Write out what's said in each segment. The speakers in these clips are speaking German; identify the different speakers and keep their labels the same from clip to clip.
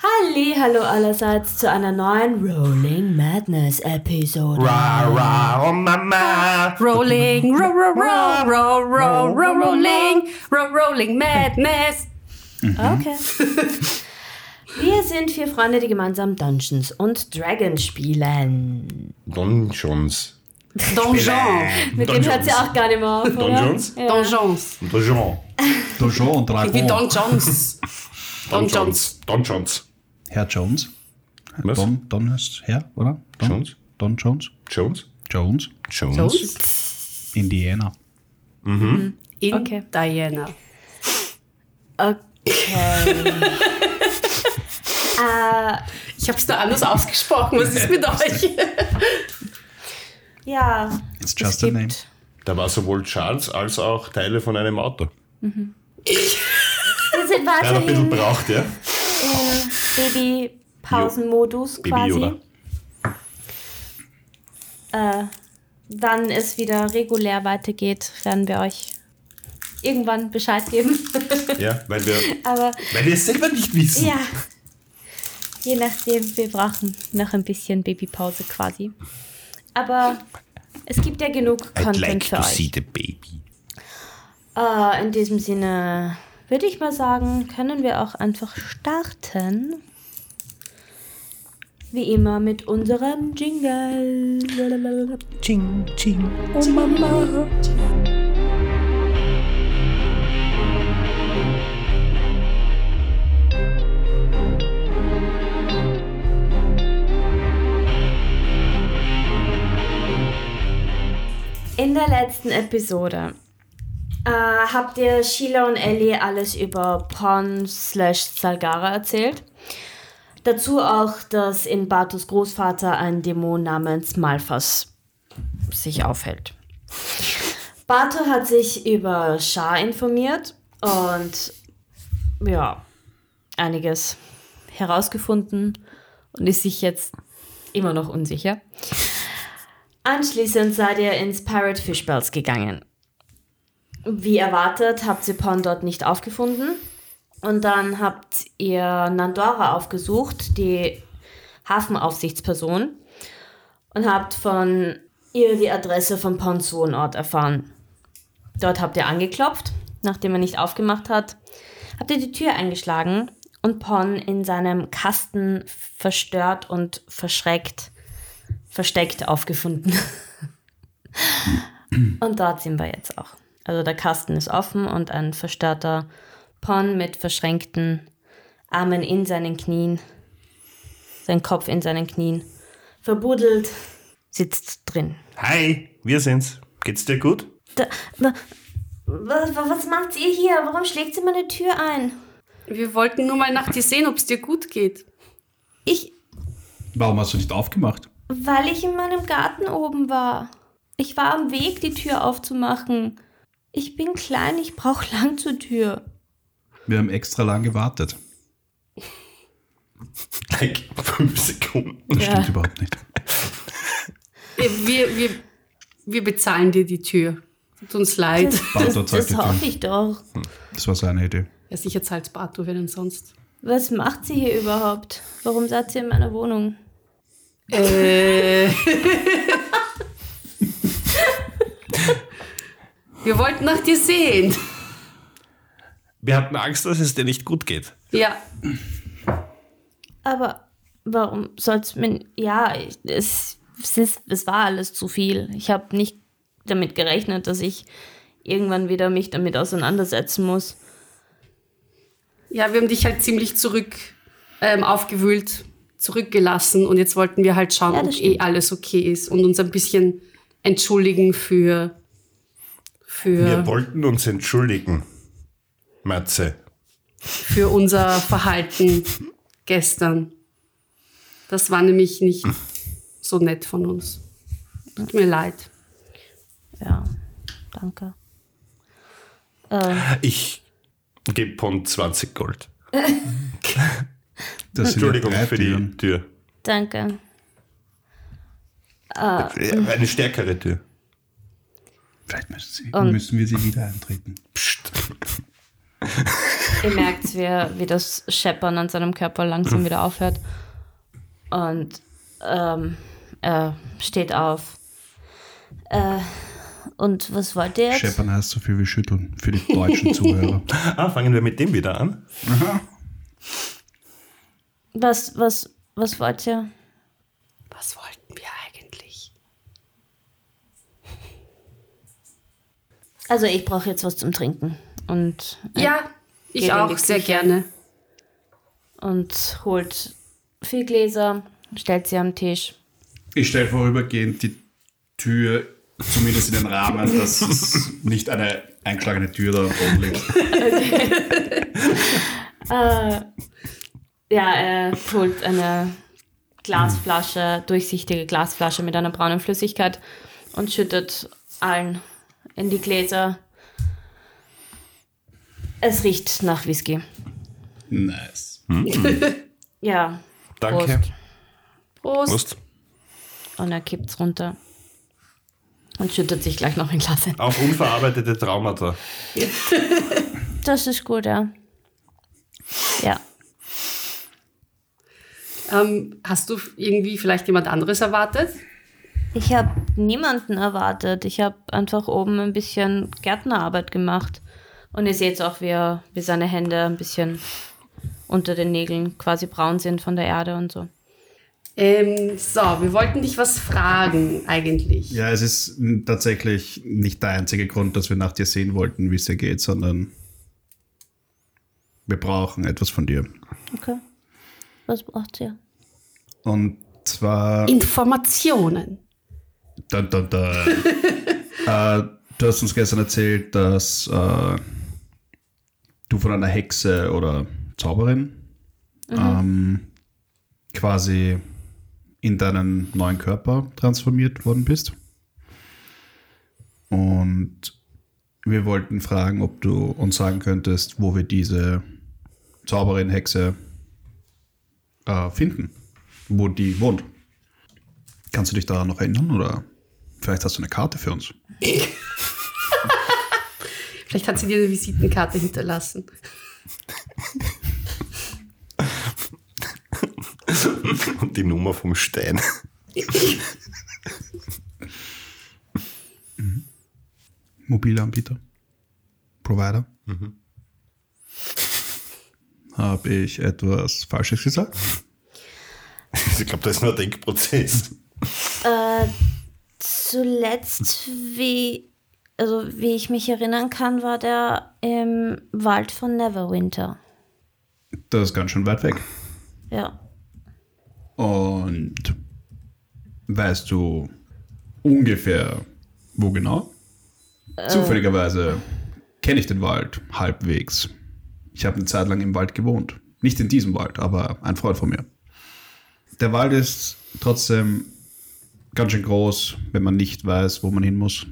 Speaker 1: Halli, hallo allerseits zu einer neuen Rolling Madness Episode.
Speaker 2: Ra, ra, oh Mama.
Speaker 3: Rolling, row, row, row, row, row, row, rolling, row, rolling madness.
Speaker 1: Okay. Wir sind vier Freunde, die gemeinsam Dungeons und Dragons spielen.
Speaker 2: Dungeons.
Speaker 3: Donjon.
Speaker 1: Mit dem hört sie auch gar nicht mehr auf, oder?
Speaker 2: Dungeons?
Speaker 1: Ja.
Speaker 3: Donjons.
Speaker 2: Dungeon.
Speaker 4: Donjon und
Speaker 3: Wie
Speaker 4: Dragon.
Speaker 3: Donjons. Donjons.
Speaker 2: Dungeons.
Speaker 4: Herr Jones.
Speaker 2: Was?
Speaker 4: Don, Don heißt Herr, oder? Don,
Speaker 2: Jones?
Speaker 4: Don Jones.
Speaker 2: Jones?
Speaker 4: Jones.
Speaker 2: Jones?
Speaker 4: Indiana.
Speaker 3: In
Speaker 1: Okay.
Speaker 3: Diana.
Speaker 1: Äh, Okay. äh,
Speaker 3: Ich hab's nur anders ausgesprochen. Was ist mit euch?
Speaker 1: ja.
Speaker 4: It's
Speaker 1: es
Speaker 4: just a name.
Speaker 1: gibt-
Speaker 2: Da war sowohl Charles als auch Teile von einem Auto.
Speaker 1: Wir sind
Speaker 2: Er hat ein
Speaker 1: weiterhin
Speaker 2: bisschen braucht, ja?
Speaker 1: im Baby-Pausenmodus
Speaker 2: Baby
Speaker 1: quasi.
Speaker 2: Yoda.
Speaker 1: Äh, wann es wieder regulär weitergeht, werden wir euch irgendwann Bescheid geben.
Speaker 2: Ja, weil wir,
Speaker 1: Aber
Speaker 2: weil wir es selber nicht wissen.
Speaker 1: ja, je nachdem, wir brauchen noch ein bisschen Babypause quasi. Aber es gibt ja genug
Speaker 2: I'd
Speaker 1: Content
Speaker 2: like
Speaker 1: für
Speaker 2: to see
Speaker 1: euch.
Speaker 2: the baby.
Speaker 1: Äh, in diesem Sinne würde ich mal sagen, können wir auch einfach starten. Wie immer mit unserem Jingle.
Speaker 5: Ching, ching, oh Mama.
Speaker 1: In der letzten Episode äh, habt ihr Sheila und Ellie alles über Pon slash Salgara erzählt. Dazu auch, dass in Bartos Großvater ein Dämon namens Malfas sich aufhält. Barto hat sich über Shah informiert und ja, einiges herausgefunden und ist sich jetzt immer noch unsicher. Anschließend seid ihr ins Pirate Fishbells gegangen. Wie erwartet habt ihr Pon dort nicht aufgefunden. Und dann habt ihr Nandora aufgesucht, die Hafenaufsichtsperson, und habt von ihr die Adresse von Pons Wohnort erfahren. Dort habt ihr angeklopft, nachdem er nicht aufgemacht hat, habt ihr die Tür eingeschlagen und Pon in seinem Kasten verstört und verschreckt versteckt aufgefunden. und dort sind wir jetzt auch. Also der Kasten ist offen und ein verstörter Pon mit verschränkten Armen in seinen Knien, sein Kopf in seinen Knien, verbuddelt, sitzt drin.
Speaker 2: Hi, wir sind's. Geht's dir gut?
Speaker 1: Was, was macht ihr hier? Warum schlägt sie meine Tür ein?
Speaker 3: Wir wollten nur mal nach dir sehen, ob's dir gut geht.
Speaker 1: Ich,
Speaker 4: Warum hast du nicht aufgemacht?
Speaker 1: weil ich in meinem Garten oben war. Ich war am Weg, die Tür aufzumachen. Ich bin klein, ich brauche lang zur Tür.
Speaker 4: Wir haben extra lang gewartet.
Speaker 2: Like fünf Sekunden.
Speaker 4: Das
Speaker 1: Ja.
Speaker 4: stimmt überhaupt nicht.
Speaker 3: Wir, wir, wir bezahlen dir die Tür. Tut uns leid.
Speaker 4: Barto
Speaker 1: Das
Speaker 4: zeigt die
Speaker 1: hoffe
Speaker 4: Tür.
Speaker 1: ich doch.
Speaker 4: Das war seine Idee.
Speaker 3: Ja, sicher zahlt Bartu, wer denn sonst?
Speaker 1: Was macht sie hier überhaupt? Warum seid ihr in meiner Wohnung?
Speaker 3: Äh. Wir wollten nach dir sehen.
Speaker 2: Wir hatten Angst, dass es dir nicht gut geht.
Speaker 3: Ja,
Speaker 1: Aber warum soll's mir. Ja, ich- es, es, ist, es war alles zu viel. Ich habe nicht damit gerechnet, dass ich irgendwann wieder mich damit auseinandersetzen muss.
Speaker 3: ja, wir haben dich halt ziemlich zurück ähm, aufgewühlt, zurückgelassen und jetzt wollten wir halt schauen,
Speaker 1: Ja, das
Speaker 3: ob eh
Speaker 1: stimmt.
Speaker 3: alles okay ist und uns ein bisschen entschuldigen für
Speaker 2: Wir
Speaker 3: für,
Speaker 2: wollten uns entschuldigen, Matze.
Speaker 3: für unser Verhalten gestern. Das war nämlich nicht so nett von uns. Tut mir leid.
Speaker 1: Ja, danke. Äh,
Speaker 2: Ich gebe Pond 20 Gold.
Speaker 4: Das sind ja
Speaker 2: Entschuldigung
Speaker 4: drei
Speaker 2: für die
Speaker 4: Türen.
Speaker 2: Tür.
Speaker 1: danke.
Speaker 2: Äh, Eine stärkere Tür.
Speaker 4: Vielleicht müssen, sie,
Speaker 1: Und-
Speaker 4: müssen wir sie wieder eintreten.
Speaker 2: Psst.
Speaker 1: Ihr merkt, wie, wie das Scheppern an seinem Körper langsam wieder aufhört. Und ähm, er steht auf. Äh, und was wollt ihr jetzt?
Speaker 4: Scheppern heißt so viel wie schütteln für die deutschen Zuhörer.
Speaker 2: Ah, fangen wir mit dem wieder an.
Speaker 1: Was, was, was wollt ihr?
Speaker 3: Was wollten wir eigentlich?
Speaker 1: Also ich brauche jetzt was zum Trinken. Und, äh,
Speaker 3: Ja,
Speaker 1: Geht in
Speaker 3: ich
Speaker 1: die
Speaker 3: auch sehr
Speaker 1: Küche.
Speaker 3: gerne.
Speaker 1: und holt vier Gläser, stellt sie am Tisch.
Speaker 4: Ich stelle vorübergehend die Tür zumindest in den Rahmen, dass es nicht eine eingeschlagene Tür da oben liegt.
Speaker 1: Ja, er holt eine Glasflasche, durchsichtige Glasflasche mit einer braunen Flüssigkeit und schüttet allen in die Gläser. Es riecht nach Whisky.
Speaker 4: Nice.
Speaker 1: Ja.
Speaker 2: Danke.
Speaker 1: Prost.
Speaker 3: Prost.
Speaker 2: Prost.
Speaker 1: Und er kippt's runter. Und schüttet sich gleich noch ein Glas ein.
Speaker 2: Auf unverarbeitete Traumata.
Speaker 1: Das ist gut, ja. Ja.
Speaker 3: Ähm, hast du irgendwie vielleicht jemand anderes erwartet?
Speaker 1: Ich habe niemanden erwartet. Ich habe einfach oben ein bisschen Gärtnerarbeit gemacht. Und ihr seht auch, wie, er- wie seine Hände ein bisschen unter den Nägeln quasi braun sind von der Erde und so.
Speaker 3: Ähm, so, wir wollten dich was fragen eigentlich.
Speaker 4: Ja, es ist m, tatsächlich nicht der einzige Grund, dass wir nach dir sehen wollten, wie es dir geht, sondern wir brauchen etwas von dir.
Speaker 1: Okay. Was braucht ihr?
Speaker 4: Und zwar.
Speaker 3: Informationen.
Speaker 4: Dun, dun, dun. äh, du hast uns gestern erzählt, dass äh, du von einer Hexe oder Zauberin ähm, quasi in deinen neuen Körper transformiert worden bist. Und wir wollten fragen, ob du uns sagen könntest, wo wir diese Zauberin, Hexe äh, finden, wo die wohnt. Kannst du dich daran noch erinnern oder vielleicht hast du eine Karte für uns?
Speaker 3: Vielleicht hat sie dir eine Visitenkarte hinterlassen.
Speaker 2: Und die Nummer vom Stein.
Speaker 4: Mobile Anbieter, Provider. Habe ich etwas Falsches gesagt?
Speaker 2: Ich glaube, das ist nur ein Denkprozess.
Speaker 1: Zuletzt, wie, also wie ich mich erinnern kann, war der im Wald von Neverwinter.
Speaker 4: Das ist ganz schön weit weg.
Speaker 1: Ja.
Speaker 4: Und weißt du ungefähr, wo genau?
Speaker 1: Äh.
Speaker 4: Zufälligerweise kenne ich den Wald halbwegs. Ich habe eine Zeit lang im Wald gewohnt. Nicht in diesem Wald, aber ein Freund von mir. Der Wald ist trotzdem ganz schön groß, wenn man nicht weiß, wo man hin muss.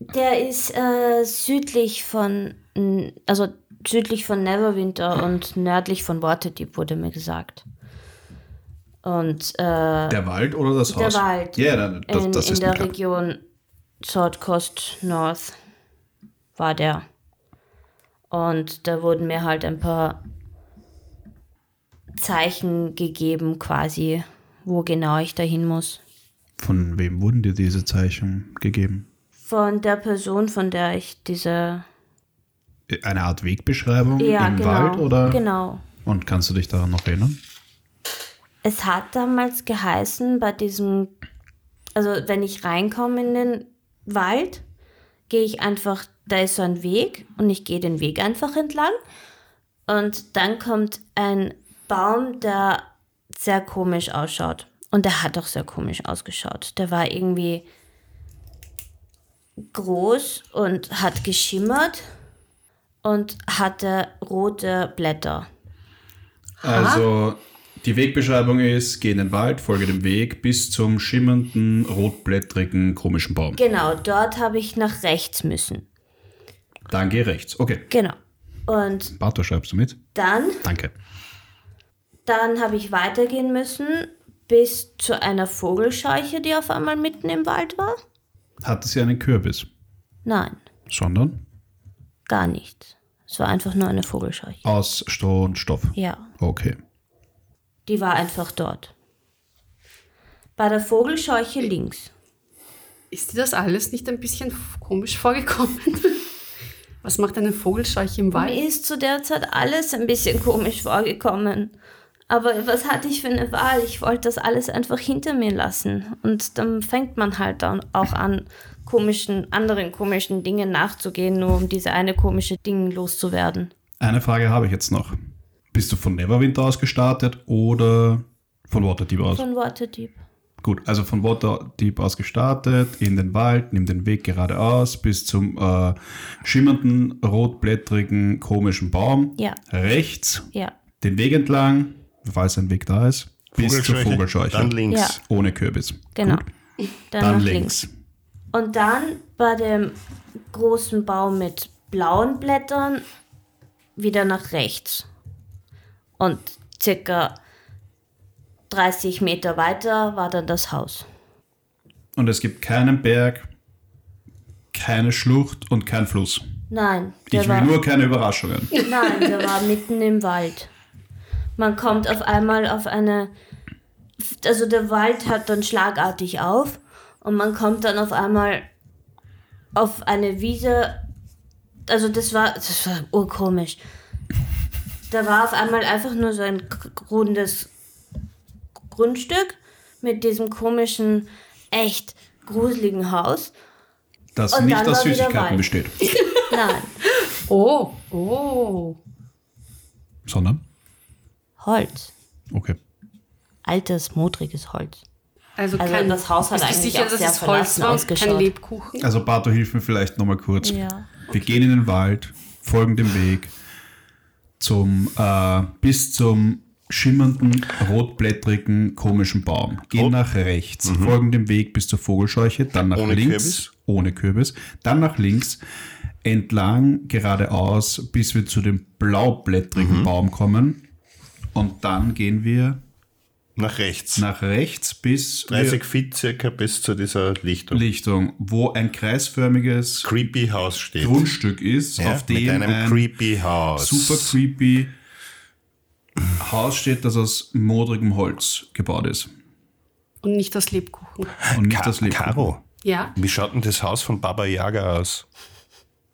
Speaker 1: Der ist äh, südlich von, n- also südlich von Neverwinter und nördlich von Waterdeep, wurde mir gesagt. Und äh,
Speaker 4: Der Wald oder das
Speaker 1: der
Speaker 4: Haus?
Speaker 1: Wald
Speaker 4: Ja, yeah, das,
Speaker 1: in,
Speaker 4: das
Speaker 1: in
Speaker 4: ist mir
Speaker 1: der
Speaker 4: klar.
Speaker 1: Region Sword Coast North war der. Und da wurden mir halt ein paar Zeichen gegeben, quasi, wo genau ich dahin muss.
Speaker 4: Von wem wurden dir diese Zeichen gegeben?
Speaker 1: Von der Person, von der ich diese
Speaker 4: Eine Art Wegbeschreibung
Speaker 1: ja,
Speaker 4: im
Speaker 1: genau,
Speaker 4: Wald oder?
Speaker 1: genau.
Speaker 4: Und kannst du dich daran noch erinnern?
Speaker 1: Es hat damals geheißen, bei diesem, also wenn ich reinkomme in den Wald, gehe ich einfach, da ist so ein Weg und ich gehe den Weg einfach entlang. Und dann kommt ein Baum, der sehr komisch ausschaut. Und der hat auch sehr komisch ausgeschaut. Der war irgendwie groß und hat geschimmert und hatte rote Blätter.
Speaker 4: Also die Wegbeschreibung ist, geh in den Wald, folge dem Weg bis zum schimmernden, rotblättrigen, komischen Baum.
Speaker 1: Genau, dort habe ich nach rechts müssen.
Speaker 4: Dann geh rechts. Okay.
Speaker 1: Genau. Und
Speaker 4: Barto, schreibst du mit?
Speaker 1: dann,
Speaker 4: Danke.
Speaker 1: dann habe ich weitergehen müssen bis zu einer Vogelscheuche, die auf einmal mitten im Wald war.
Speaker 4: Hatte sie einen Kürbis?
Speaker 1: Nein,
Speaker 4: Sondern
Speaker 1: gar nicht. Es war einfach nur eine Vogelscheuche.
Speaker 4: aus Stroh und Stoff.
Speaker 1: Ja,
Speaker 4: Okay.
Speaker 1: die war einfach dort. Bei der Vogelscheuche links.
Speaker 3: Ist dir das alles nicht ein bisschen f- komisch vorgekommen? Was macht eine Vogelscheuche im Wald?
Speaker 1: Mir ist zu der Zeit alles ein bisschen komisch vorgekommen. Aber was hatte ich für eine Wahl? Ich wollte das alles einfach hinter mir lassen. Und dann fängt man halt dann auch an, komischen, anderen komischen Dingen nachzugehen, nur um diese eine komische Ding loszuwerden.
Speaker 4: Eine Frage habe ich jetzt noch. Bist du von Neverwinter aus gestartet oder von Waterdeep aus?
Speaker 1: Von Waterdeep.
Speaker 4: Gut, also von Waterdeep aus gestartet, in den Wald, nimm den Weg geradeaus bis zum äh, schimmernden, rotblättrigen, komischen Baum.
Speaker 1: Ja.
Speaker 4: Rechts,
Speaker 1: Ja,
Speaker 4: den Weg entlang, falls ein Weg da ist, bis zur
Speaker 2: Vogelscheuche. Dann
Speaker 4: Vogelscheuche.
Speaker 2: links.
Speaker 1: Ja.
Speaker 4: Ohne Kürbis.
Speaker 1: genau.
Speaker 4: Gut,
Speaker 1: Dann,
Speaker 4: dann
Speaker 1: nach
Speaker 4: links.
Speaker 1: Und dann bei dem großen Baum mit blauen Blättern wieder nach rechts. Und circa 30 Meter weiter war dann das Haus.
Speaker 4: Und es gibt keinen Berg, keine Schlucht und keinen Fluss.
Speaker 1: Nein,
Speaker 4: ich
Speaker 1: der
Speaker 4: will
Speaker 1: war,
Speaker 4: nur keine Überraschungen.
Speaker 1: nein, der war mitten im Wald. Man kommt auf einmal auf eine. Also der Wald hört dann schlagartig auf und man kommt dann auf einmal auf eine Wiese. Also das war, das war urkomisch. Da war auf einmal einfach nur so ein gr- rundes Grundstück mit diesem komischen, echt gruseligen Haus.
Speaker 4: Das
Speaker 1: Und
Speaker 4: nicht
Speaker 1: dann
Speaker 4: aus
Speaker 1: war wieder
Speaker 4: Süßigkeiten
Speaker 1: Wald.
Speaker 4: besteht,
Speaker 1: Nein,
Speaker 3: Oh, oh.
Speaker 4: sondern,
Speaker 1: Holz.
Speaker 4: okay.
Speaker 1: Altes, modriges Holz.
Speaker 3: Also,
Speaker 1: Also
Speaker 3: kein,
Speaker 1: das Haus hat
Speaker 3: bist du
Speaker 1: eigentlich
Speaker 3: sicher,
Speaker 1: auch
Speaker 3: dass
Speaker 1: sehr
Speaker 3: es Holz
Speaker 1: verlassen
Speaker 3: war, und
Speaker 1: ausgeschaut.
Speaker 3: kein Lebkuchen.
Speaker 4: Also Bato, hilf mir vielleicht nochmal kurz.
Speaker 1: Ja.
Speaker 4: Wir gehen in den Wald, folgen dem Weg zum, äh, bis zum schimmernden, rotblättrigen, komischen Baum. Gehen nach rechts, folgen dem Weg bis zur Vogelscheuche, dann nach
Speaker 2: Mhm. Ohne
Speaker 4: links,
Speaker 2: Kürbis?
Speaker 4: ohne Kürbis, dann nach links, entlang, geradeaus, bis wir zu dem
Speaker 2: Mhm.
Speaker 4: blaublättrigen Baum kommen. Und dann gehen wir
Speaker 2: Nach rechts.
Speaker 4: nach rechts bis wir-
Speaker 2: 30 Feet circa bis zu dieser Lichtung.
Speaker 4: Lichtung, wo ein kreisförmiges
Speaker 2: Creepy House steht.
Speaker 4: Grundstück ist,
Speaker 2: ja,
Speaker 4: auf dem
Speaker 2: mit einem
Speaker 4: ein
Speaker 2: Creepy House.
Speaker 4: super creepy Haus steht, das aus modrigem Holz gebaut ist.
Speaker 3: Und nicht das Lebkuchen.
Speaker 4: Und nicht
Speaker 2: Ka
Speaker 4: das Leben.
Speaker 2: Caro,
Speaker 3: Ja,
Speaker 2: wie schaut denn das Haus von Baba Yaga aus?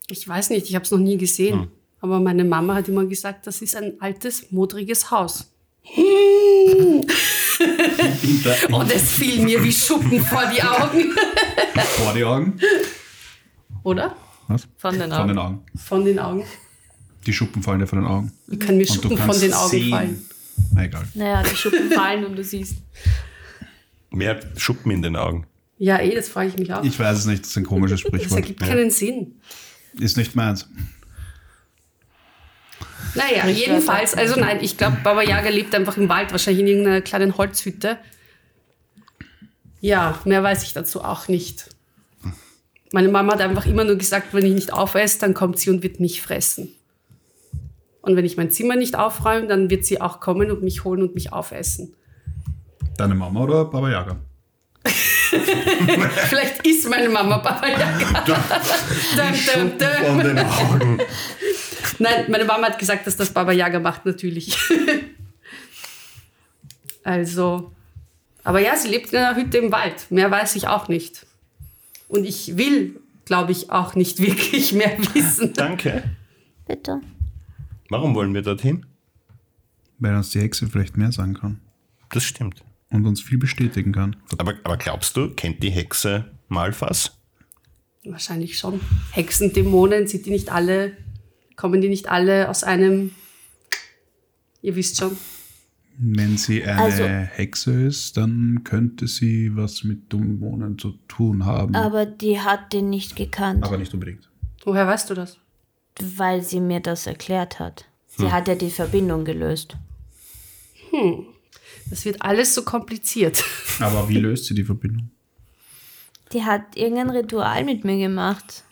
Speaker 3: ich weiß nicht, ich habe es noch nie gesehen.
Speaker 4: Hm.
Speaker 3: Aber meine Mama hat immer gesagt, das ist ein altes, modriges Haus.
Speaker 4: Hm.
Speaker 3: Und es fiel mir wie Schuppen vor die Augen.
Speaker 4: Vor die Augen.
Speaker 3: Oder?
Speaker 4: Was?
Speaker 3: Von den
Speaker 4: Von
Speaker 3: Augen.
Speaker 4: den Augen.
Speaker 3: Von den Augen.
Speaker 4: Die Schuppen fallen dir von den Augen.
Speaker 3: Wie Kann mir
Speaker 4: Und du
Speaker 3: Schuppen
Speaker 4: kannst
Speaker 3: von den Augen
Speaker 4: sehen.
Speaker 3: fallen.
Speaker 4: Na, egal.
Speaker 1: Naja, die Schuppen
Speaker 3: Fallen und du siehst.
Speaker 2: Mehr Schuppen in den Augen.
Speaker 3: Ja, eh, das frage ich mich auch.
Speaker 4: Ich weiß es nicht, das ist ein komisches
Speaker 3: das
Speaker 4: Sprichwort.
Speaker 3: ergibt keinen Sinn.
Speaker 4: Ist nicht meins.
Speaker 3: Naja, jedenfalls, also nein, ich glaube, Baba Yaga lebt einfach im Wald, wahrscheinlich in irgendeiner kleinen Holzhütte. Ja, mehr weiß ich dazu auch nicht. Meine Mama hat einfach immer nur gesagt, wenn ich nicht aufesse, dann kommt sie und wird mich fressen. Und wenn ich mein Zimmer nicht aufräume, dann wird sie auch kommen und mich holen und mich aufessen.
Speaker 4: Deine Mama oder Baba Yaga?
Speaker 3: Vielleicht ist meine Mama Baba Yaga. Dum, dum, dum.
Speaker 2: Von den Augen.
Speaker 3: Nein, meine Mama hat gesagt, dass das Baba Yaga macht, natürlich. also, aber ja, sie lebt in einer Hütte im Wald. Mehr weiß ich auch nicht. Und ich will, glaube ich, auch nicht wirklich mehr wissen.
Speaker 2: Danke.
Speaker 1: Bitte.
Speaker 2: Warum wollen wir dorthin?
Speaker 4: Weil uns die Hexe vielleicht mehr sagen kann.
Speaker 2: Das stimmt.
Speaker 4: Und uns viel bestätigen kann.
Speaker 2: Aber, aber glaubst du, kennt die Hexe Malfas?
Speaker 3: Wahrscheinlich schon. Hexen, Dämonen, sind die nicht alle, kommen die nicht alle aus einem, ihr wisst schon.
Speaker 4: Wenn sie eine
Speaker 1: Also-
Speaker 4: Hexe ist, dann könnte sie was mit Dämonen zu tun
Speaker 2: Mhm.
Speaker 4: haben.
Speaker 1: Aber die hat den nicht gekannt,
Speaker 4: Aber nicht unbedingt.
Speaker 3: Woher weißt du das?
Speaker 1: weil sie mir das erklärt hat. Sie
Speaker 2: Hm.
Speaker 1: hat ja die Verbindung gelöst.
Speaker 3: Das wird alles so kompliziert.
Speaker 4: Aber wie löst sie die Verbindung?
Speaker 1: Die hat irgendein Ritual mit mir gemacht.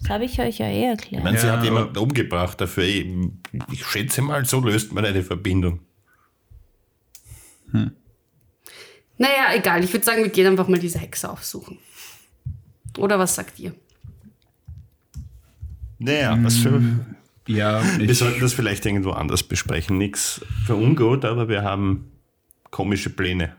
Speaker 1: Das habe ich euch ja eh erklärt.
Speaker 2: Ich meine, sie
Speaker 4: Ja,
Speaker 2: hat
Speaker 4: aber-
Speaker 2: jemanden umgebracht dafür. Ich, ich schätze mal, so löst man eine Verbindung.
Speaker 3: Naja, egal. Ich würde sagen, wir gehen einfach mal diese Hexe aufsuchen. Oder was sagt ihr?
Speaker 2: Naja, was für,
Speaker 4: Ja,
Speaker 2: wir
Speaker 4: ich,
Speaker 2: sollten das vielleicht irgendwo anders besprechen. Nichts für ungut, aber wir haben komische Pläne.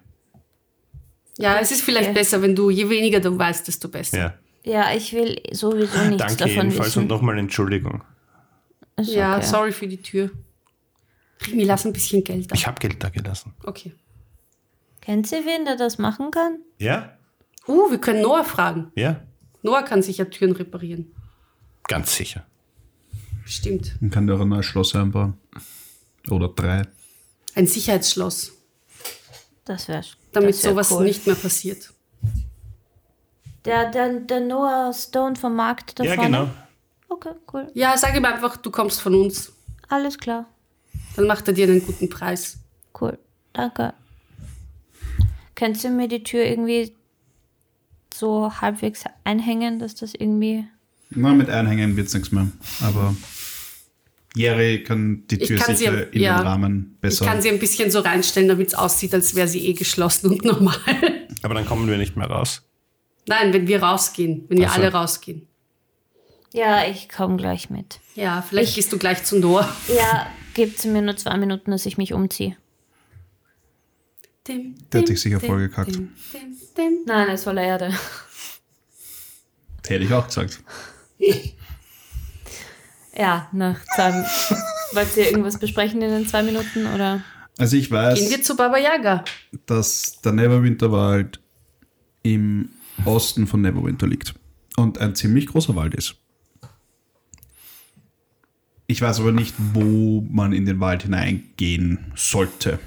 Speaker 3: Ja, es ist vielleicht
Speaker 1: Ja.
Speaker 3: besser, wenn du, je weniger du weißt, desto besser.
Speaker 2: Ja.
Speaker 1: Ja, ich will sowieso nichts
Speaker 2: Danke
Speaker 1: davon
Speaker 2: jedenfalls und
Speaker 1: wissen.
Speaker 2: nochmal Entschuldigung.
Speaker 1: Ist
Speaker 3: Ja,
Speaker 1: okay.
Speaker 3: sorry für die Tür. Rimi, lass ein bisschen Geld da.
Speaker 2: Ich habe Geld da gelassen.
Speaker 3: Okay.
Speaker 1: Kennt sie wen, der das machen kann?
Speaker 2: Ja?
Speaker 3: Uh, wir können Noah fragen.
Speaker 2: Ja?
Speaker 3: Noah kann sicher Türen reparieren.
Speaker 2: Ganz sicher.
Speaker 3: Stimmt.
Speaker 4: man kann da auch ein neues Schloss einbauen. Oder drei.
Speaker 3: Ein Sicherheitsschloss,
Speaker 1: Das wäre
Speaker 3: damit
Speaker 1: das wär
Speaker 3: sowas
Speaker 1: cool.
Speaker 3: nicht mehr passiert.
Speaker 1: Der, der, der Noah Stone vom Markt da
Speaker 2: ja,
Speaker 1: vorne?
Speaker 2: genau.
Speaker 1: Okay, cool.
Speaker 3: Ja, sag ihm einfach, du kommst von uns.
Speaker 1: Alles klar.
Speaker 3: Dann macht er dir einen guten Preis.
Speaker 1: Cool. Danke. Könntest du mir die Tür irgendwie so halbwegs einhängen, dass das irgendwie.
Speaker 4: Na, mit Einhängen wird es nichts mehr. Aber Jerry kann die
Speaker 3: Ich
Speaker 4: Tür
Speaker 3: kann sie-
Speaker 4: sicher in
Speaker 3: ja.
Speaker 4: den Rahmen
Speaker 3: Ich
Speaker 4: besser.
Speaker 3: kann sie ein bisschen so reinstellen, damit es aussieht, als wäre sie eh geschlossen und normal.
Speaker 2: Aber dann kommen wir nicht mehr raus.
Speaker 3: Nein, wenn wir rausgehen, wenn wir
Speaker 2: Ach so.
Speaker 3: alle rausgehen.
Speaker 1: Ja, Ah, ich komme gleich mit.
Speaker 3: Ja, vielleicht gehst du gleich zu Noah.
Speaker 1: Ja, gebt mir nur zwei Minuten, dass ich mich umziehe.
Speaker 4: Der hat sich sicher vollgekackt.
Speaker 1: Nein, er ist voller Erde.
Speaker 4: Hätte ich auch gesagt.
Speaker 1: Ja, nach zwei. Wollt ihr irgendwas besprechen in den zwei Minuten oder?
Speaker 4: Also ich
Speaker 3: Gehen
Speaker 4: weiß,
Speaker 3: wir zu Baba Yaga.
Speaker 4: dass der Neverwinter Wald im Osten von Neverwinter liegt und ein ziemlich großer Wald ist. Ich weiß aber nicht, wo man in den Wald hineingehen sollte.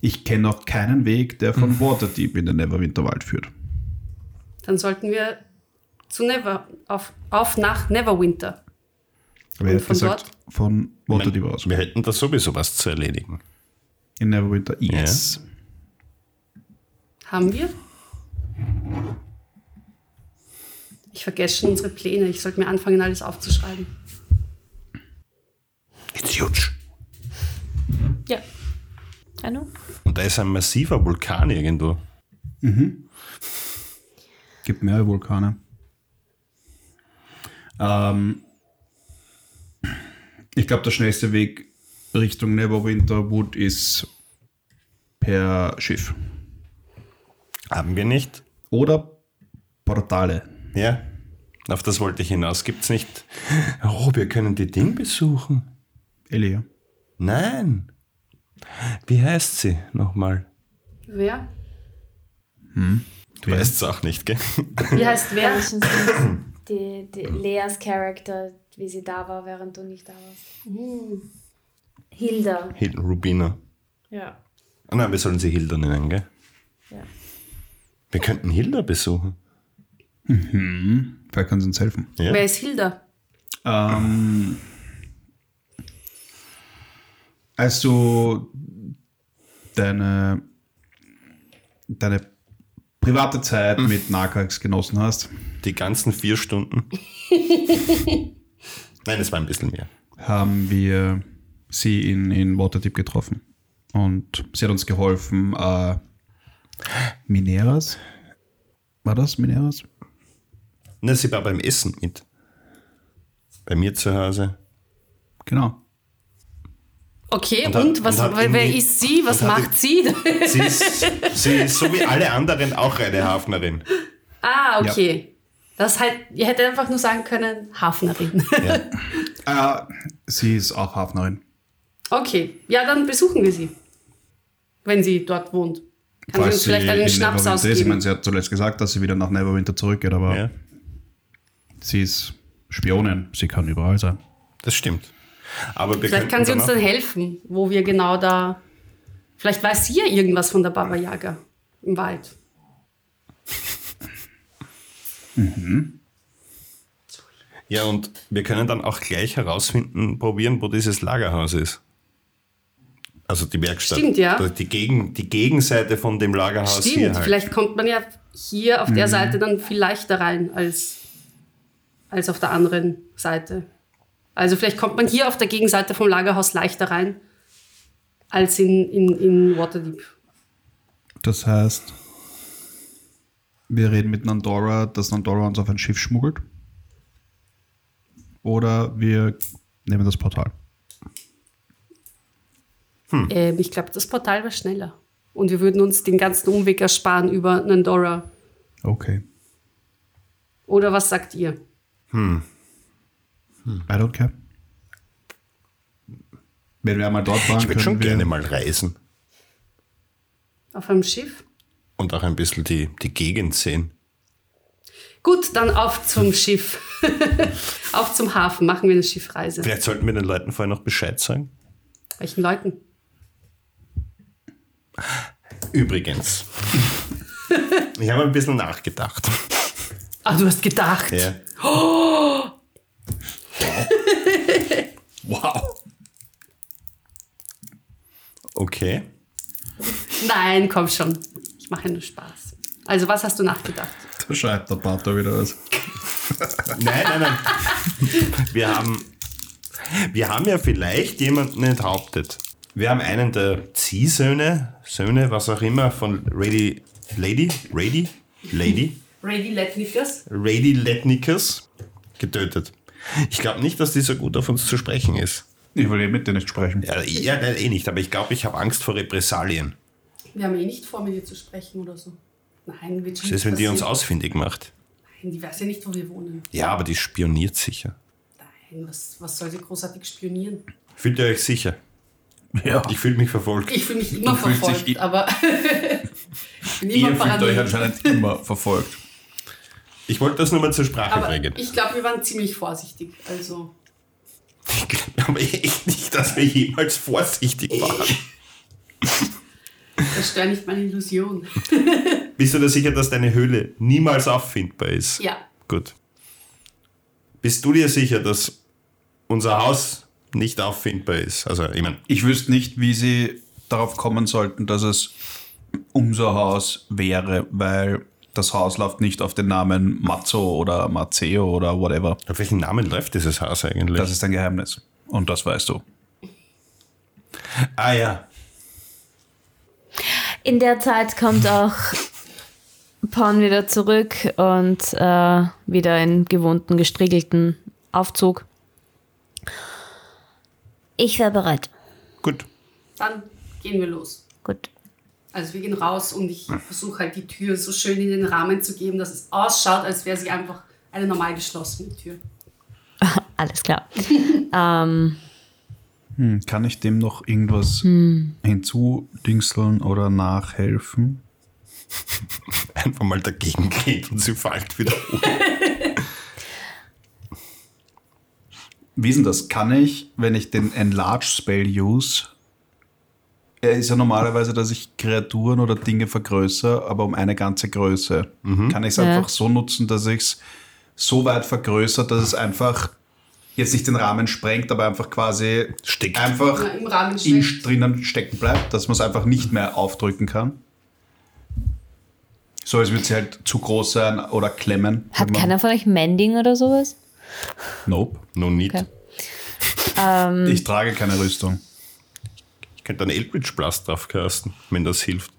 Speaker 4: Ich kenne auch keinen Weg, der von Waterdeep in den Neverwinter Wald führt.
Speaker 3: Dann sollten wir zu Never, auf, auf nach Neverwinter.
Speaker 4: Aber er
Speaker 3: Und
Speaker 4: hat
Speaker 3: von
Speaker 4: gesagt, von
Speaker 2: Ich
Speaker 4: Waterdeep
Speaker 2: mein,
Speaker 4: aus.
Speaker 2: wir hätten da sowieso was zu erledigen.
Speaker 4: In Neverwinter. Yes.
Speaker 3: Haben wir? Ich vergesse schon unsere Pläne. Ich sollte mir anfangen, alles aufzuschreiben.
Speaker 2: It's huge.
Speaker 1: Ja. Anu?
Speaker 2: Und da ist ein massiver Vulkan irgendwo.
Speaker 4: Gibt mehrere Vulkane. Ähm, ich glaube, der schnellste Weg Richtung Neverwinter Wood ist per Schiff.
Speaker 2: Haben wir nicht?
Speaker 4: Oder Portale.
Speaker 2: Ja. Auf das wollte ich hinaus. Gibt's nicht. Oh, wir können die Ding besuchen.
Speaker 4: Elia.
Speaker 2: Nein. Wie heißt sie nochmal?
Speaker 3: Wer?
Speaker 2: Du weißt es auch nicht, gell?
Speaker 3: Wie heißt wer?
Speaker 6: Menschen sind die, die Leas Charakter, wie sie da war, während du nicht da warst. Hilda.
Speaker 2: Hilton Rubina.
Speaker 6: Ja.
Speaker 2: Ah, nein, wir sollen sie Hilda nennen, gell?
Speaker 6: Ja.
Speaker 2: Wir könnten Hilda besuchen.
Speaker 4: Vielleicht kann sie uns helfen.
Speaker 2: Ja.
Speaker 3: Wer ist Hilda?
Speaker 4: Ähm, als du deine, deine private Zeit mit Narcax genossen hast,
Speaker 2: Die ganzen vier Stunden. nein, es war ein bisschen mehr.
Speaker 4: haben wir sie in, in Waterdeep getroffen. Und sie hat uns geholfen, äh, Mineras? War das Mineras?
Speaker 2: Na, sie war beim Essen mit. Bei mir zu Hause.
Speaker 4: Genau.
Speaker 3: Okay, und,
Speaker 2: Und hat-
Speaker 3: was,
Speaker 2: und hat
Speaker 3: wer, wer
Speaker 2: irgendwie-
Speaker 3: ist sie? Was
Speaker 2: und hat
Speaker 3: macht sie?
Speaker 2: Sie ist, sie ist so wie alle anderen auch eine Hafnerin.
Speaker 3: ah, okay. Das halt, ihr hättet einfach nur sagen können, Hafnerin.
Speaker 4: Äh, sie ist auch Hafnerin.
Speaker 3: okay, ja, dann besuchen wir sie. Wenn sie dort wohnt. Kann sie uns vielleicht einen
Speaker 4: in
Speaker 3: Schnaps
Speaker 4: Neverwinter ist. Ich meine,
Speaker 3: ausgeben.
Speaker 4: sie hat zuletzt gesagt, dass sie wieder nach Neverwinter zurückgeht, aber
Speaker 2: Ja,
Speaker 4: sie ist Spionin. Sie kann überall sein.
Speaker 2: das stimmt. Aber wir könnten
Speaker 3: Vielleicht kann sie uns
Speaker 2: auch-
Speaker 3: dann helfen, wo wir genau da. Vielleicht weiß sie ja irgendwas von der Baba Yaga im Wald.
Speaker 2: Ja, und wir können dann auch gleich herausfinden, probieren, wo dieses Lagerhaus ist. Also die Werkstatt.
Speaker 3: Stimmt, ja.
Speaker 2: Die, Gegen, die Gegenseite von dem Lagerhaus hier
Speaker 3: Stimmt,
Speaker 2: halt. Mhm.
Speaker 3: vielleicht kommt man ja hier auf der Seite dann viel leichter rein als, als auf der anderen Seite. Also vielleicht kommt man hier auf der Gegenseite vom Lagerhaus leichter rein als in, in, in Waterdeep.
Speaker 4: Das heißt, wir reden mit Nandora, dass Nandora uns auf ein Schiff schmuggelt. oder wir nehmen das Portal.
Speaker 2: Hm.
Speaker 3: Ähm, ich glaube, das Portal war schneller. Und wir würden uns den ganzen Umweg ersparen über Nandora.
Speaker 4: Okay.
Speaker 3: Oder was sagt ihr?
Speaker 4: I don't care. Wenn wir einmal dort waren,
Speaker 2: Ich würde
Speaker 4: können
Speaker 2: schon
Speaker 4: wir
Speaker 2: gerne mal reisen
Speaker 3: Auf einem Schiff?
Speaker 2: und auch ein bisschen die, die Gegend sehen.
Speaker 3: Gut, dann auf zum Schiff. auf zum Hafen machen wir eine Schiffreise.
Speaker 2: Vielleicht sollten wir den Leuten vorher noch Bescheid sagen.
Speaker 3: Welchen Leuten?
Speaker 2: Übrigens. ich habe ein bisschen nachgedacht.
Speaker 3: Ah, du hast gedacht.
Speaker 2: Ja.
Speaker 4: Wow.
Speaker 2: Okay.
Speaker 3: Nein, komm schon. Ich mache nur Spaß. Also, was hast du nachgedacht?
Speaker 4: Da schreibt der Pater wieder was.
Speaker 2: Nein, nein, nein. Wir haben, wir haben ja vielleicht jemanden enthauptet. Wir haben einen der Ziehsöhne, Söhne, was auch immer, von Lady, Lady, Lady, Lady,
Speaker 3: Ready, let me first.
Speaker 2: Lady Letnikus getötet. Ich glaube nicht, dass die so gut auf uns zu sprechen ist.
Speaker 4: Ich will eben mit dir nicht sprechen.
Speaker 2: Ja, ja nein, eh nicht, aber ich glaube, ich habe Angst vor Repressalien.
Speaker 3: Wir haben eh nicht vor, mit dir zu sprechen oder so. Nein, wird
Speaker 2: Was
Speaker 3: schon
Speaker 2: ist,
Speaker 3: nichts
Speaker 2: wenn die uns
Speaker 3: passieren.
Speaker 2: ausfindig macht?
Speaker 3: Nein, die weiß ja nicht, wo wir wohnen.
Speaker 2: Ja, aber die spioniert sicher.
Speaker 3: Nein, was, was soll sie großartig spionieren?
Speaker 2: Fühlt ihr euch sicher?
Speaker 4: Ja.
Speaker 2: Ich fühle mich verfolgt.
Speaker 3: Ich fühle mich immer
Speaker 4: Du fühlst
Speaker 3: verfolgt,
Speaker 4: dich i-
Speaker 3: aber ich bin immer
Speaker 4: Ihr fühlt euch
Speaker 3: paranoid.
Speaker 4: anscheinend immer verfolgt.
Speaker 2: Ich wollte das nur mal zur Sprache
Speaker 3: Aber
Speaker 2: bringen.
Speaker 3: ich glaube, wir waren ziemlich vorsichtig. Also,
Speaker 2: Ich glaube aber echt nicht, dass wir jemals vorsichtig waren.
Speaker 3: zerstör nicht meine Illusion.
Speaker 2: Bist du dir sicher, dass deine Höhle niemals auffindbar ist?
Speaker 3: Ja,
Speaker 2: Gut. Bist du dir sicher, dass unser Haus nicht auffindbar ist? Also, ich meine,
Speaker 4: Ich wüsste nicht, wie sie darauf kommen sollten, dass es unser Haus wäre, weil das Haus läuft nicht auf den Namen Mazzo oder Mazzeo oder whatever.
Speaker 2: auf welchen Namen läuft dieses Haus eigentlich?
Speaker 4: Das ist ein Geheimnis. Und das weißt du.
Speaker 2: ah ja.
Speaker 1: In der Zeit kommt auch Porn wieder zurück und äh, wieder in gewohnten, gestriegelten Aufzug. Ich wäre bereit.
Speaker 2: Gut.
Speaker 3: dann gehen wir los.
Speaker 1: Gut.
Speaker 3: Also wir gehen raus und ich versuche halt die Tür so schön in den Rahmen zu geben, dass es ausschaut, als wäre sie einfach eine normal geschlossene Tür.
Speaker 1: Alles klar. Ähm,
Speaker 4: Hm, kann ich dem noch irgendwas hinzudingseln oder nachhelfen?
Speaker 2: Einfach mal dagegen geht und sie fällt wieder um.
Speaker 4: Wie ist denn das? Kann ich, wenn ich den Enlarge Spell use? Er ist ja normalerweise, dass ich Kreaturen oder Dinge vergrößere, aber um eine ganze Größe. Kann ich es
Speaker 1: Ja.
Speaker 4: einfach so nutzen, dass ich es so weit vergrößere, dass es einfach jetzt nicht den Rahmen sprengt, aber einfach quasi
Speaker 2: Steckt.
Speaker 4: einfach
Speaker 3: Ja, im Rahmen
Speaker 4: in,
Speaker 3: steckt.
Speaker 4: drinnen stecken bleibt, dass man es einfach nicht mehr aufdrücken kann. So, als würde sie halt zu groß sein oder klemmen.
Speaker 1: Hat
Speaker 4: wenn man-
Speaker 1: keiner von euch Mending oder sowas?
Speaker 4: Nope.
Speaker 2: No need.
Speaker 1: Okay. Hm.
Speaker 4: Ich trage keine Rüstung.
Speaker 2: Ich könnte einen Eldritch Blast drauf casten, wenn das hilft.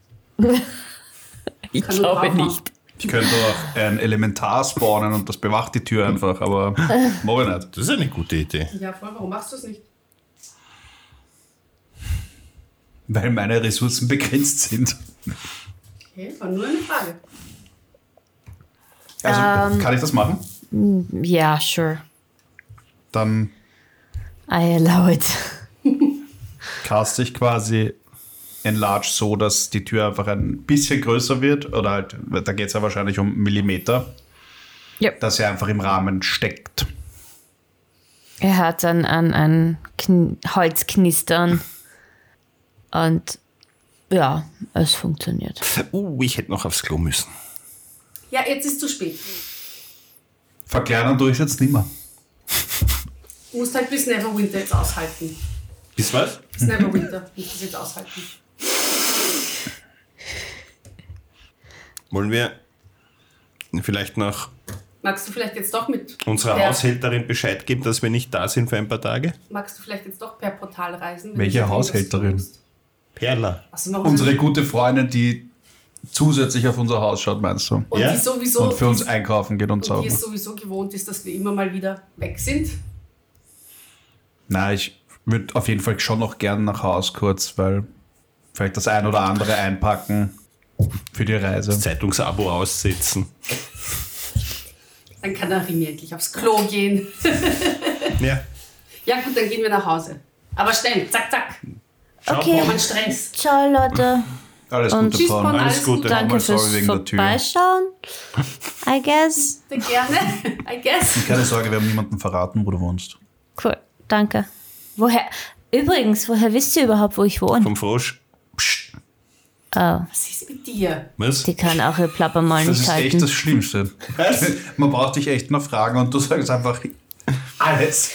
Speaker 1: Ich
Speaker 3: Kann nur draufhauen.
Speaker 4: Ich könnte auch ein Elementar spawnen und das bewacht die Tür einfach, aber mache ich nicht.
Speaker 2: Das ist eine gute Idee.
Speaker 3: Ja, voll, warum machst du es nicht?
Speaker 4: Weil meine Ressourcen begrenzt sind.
Speaker 3: Okay, war nur eine Frage.
Speaker 4: Also kann ich das machen?
Speaker 1: Ja, sure.
Speaker 4: Dann
Speaker 1: I allow it.
Speaker 4: caste ich quasi Enlarge so, dass die Tür einfach ein bisschen größer wird. Oder halt, da geht es ja wahrscheinlich um Millimeter,
Speaker 1: Ja.
Speaker 4: dass er einfach im Rahmen steckt.
Speaker 1: Er hört dann an, an Kn Holzknistern und ja, es funktioniert.
Speaker 2: Uh, ich hätte noch aufs Klo müssen.
Speaker 3: Ja, jetzt ist zu spät.
Speaker 4: Verkleinern tue ich jetzt nimmer.
Speaker 3: Du musst halt bis Neverwinter jetzt aushalten.
Speaker 2: Bis was?
Speaker 3: Bis
Speaker 4: Mhm.
Speaker 3: Neverwinter musst du es jetzt aushalten.
Speaker 2: Wollen wir vielleicht noch
Speaker 3: Magst du vielleicht jetzt doch mit
Speaker 2: unserer
Speaker 3: per,
Speaker 2: Haushälterin Bescheid geben, dass wir nicht da sind für ein paar Tage?
Speaker 3: Magst du vielleicht jetzt doch per Portal reisen? wenn
Speaker 4: Welche
Speaker 3: du sagst,
Speaker 4: Haushälterin?
Speaker 3: dass du musst?
Speaker 2: Perla.
Speaker 3: Also warum
Speaker 4: Unsere
Speaker 3: soll-
Speaker 4: gute Freundin, die zusätzlich auf unser Haus schaut, meinst du?
Speaker 3: und
Speaker 2: Ja?
Speaker 3: die sowieso
Speaker 4: Und für uns einkaufen geht und
Speaker 3: und die
Speaker 4: saugen.
Speaker 3: es sowieso gewohnt ist, dass wir immer mal wieder weg sind
Speaker 4: Na, ich würde auf jeden Fall schon noch gern nach Haus kurz, weil vielleicht das ein oder andere einpacken für die Reise.
Speaker 2: Zeitungsabo aussitzen.
Speaker 3: Dann kann der Rimi endlich aufs Klo gehen.
Speaker 2: Ja.
Speaker 3: Ja gut, dann gehen wir nach Hause. Aber schnell, zack, zack.
Speaker 1: Okay,
Speaker 3: Mein Stress.
Speaker 1: ciao Leute.
Speaker 4: Alles
Speaker 1: Und
Speaker 4: Gute,
Speaker 3: tschüss,
Speaker 4: Paul.
Speaker 3: Bonn,
Speaker 2: Alles
Speaker 3: alles
Speaker 2: Gute.
Speaker 1: Danke
Speaker 4: nochmal sorry
Speaker 1: fürs
Speaker 4: wegen der Tür.
Speaker 1: Vorbeischauen. I guess.
Speaker 3: Sehr gerne, I guess.
Speaker 4: Keine Sorge, wir haben niemanden verraten, wo du wohnst.
Speaker 1: Cool, danke. Woher? Übrigens, woher wisst ihr überhaupt, wo ich wohne?
Speaker 2: Vom Frosch. Psst.
Speaker 3: Was ist mit dir?
Speaker 2: Was?
Speaker 1: Die kann auch ihr Plapper mal
Speaker 4: Das
Speaker 1: nicht
Speaker 4: ist echt
Speaker 1: halten.
Speaker 4: das Schlimmste. Man braucht dich echt nur fragen und du sagst einfach alles.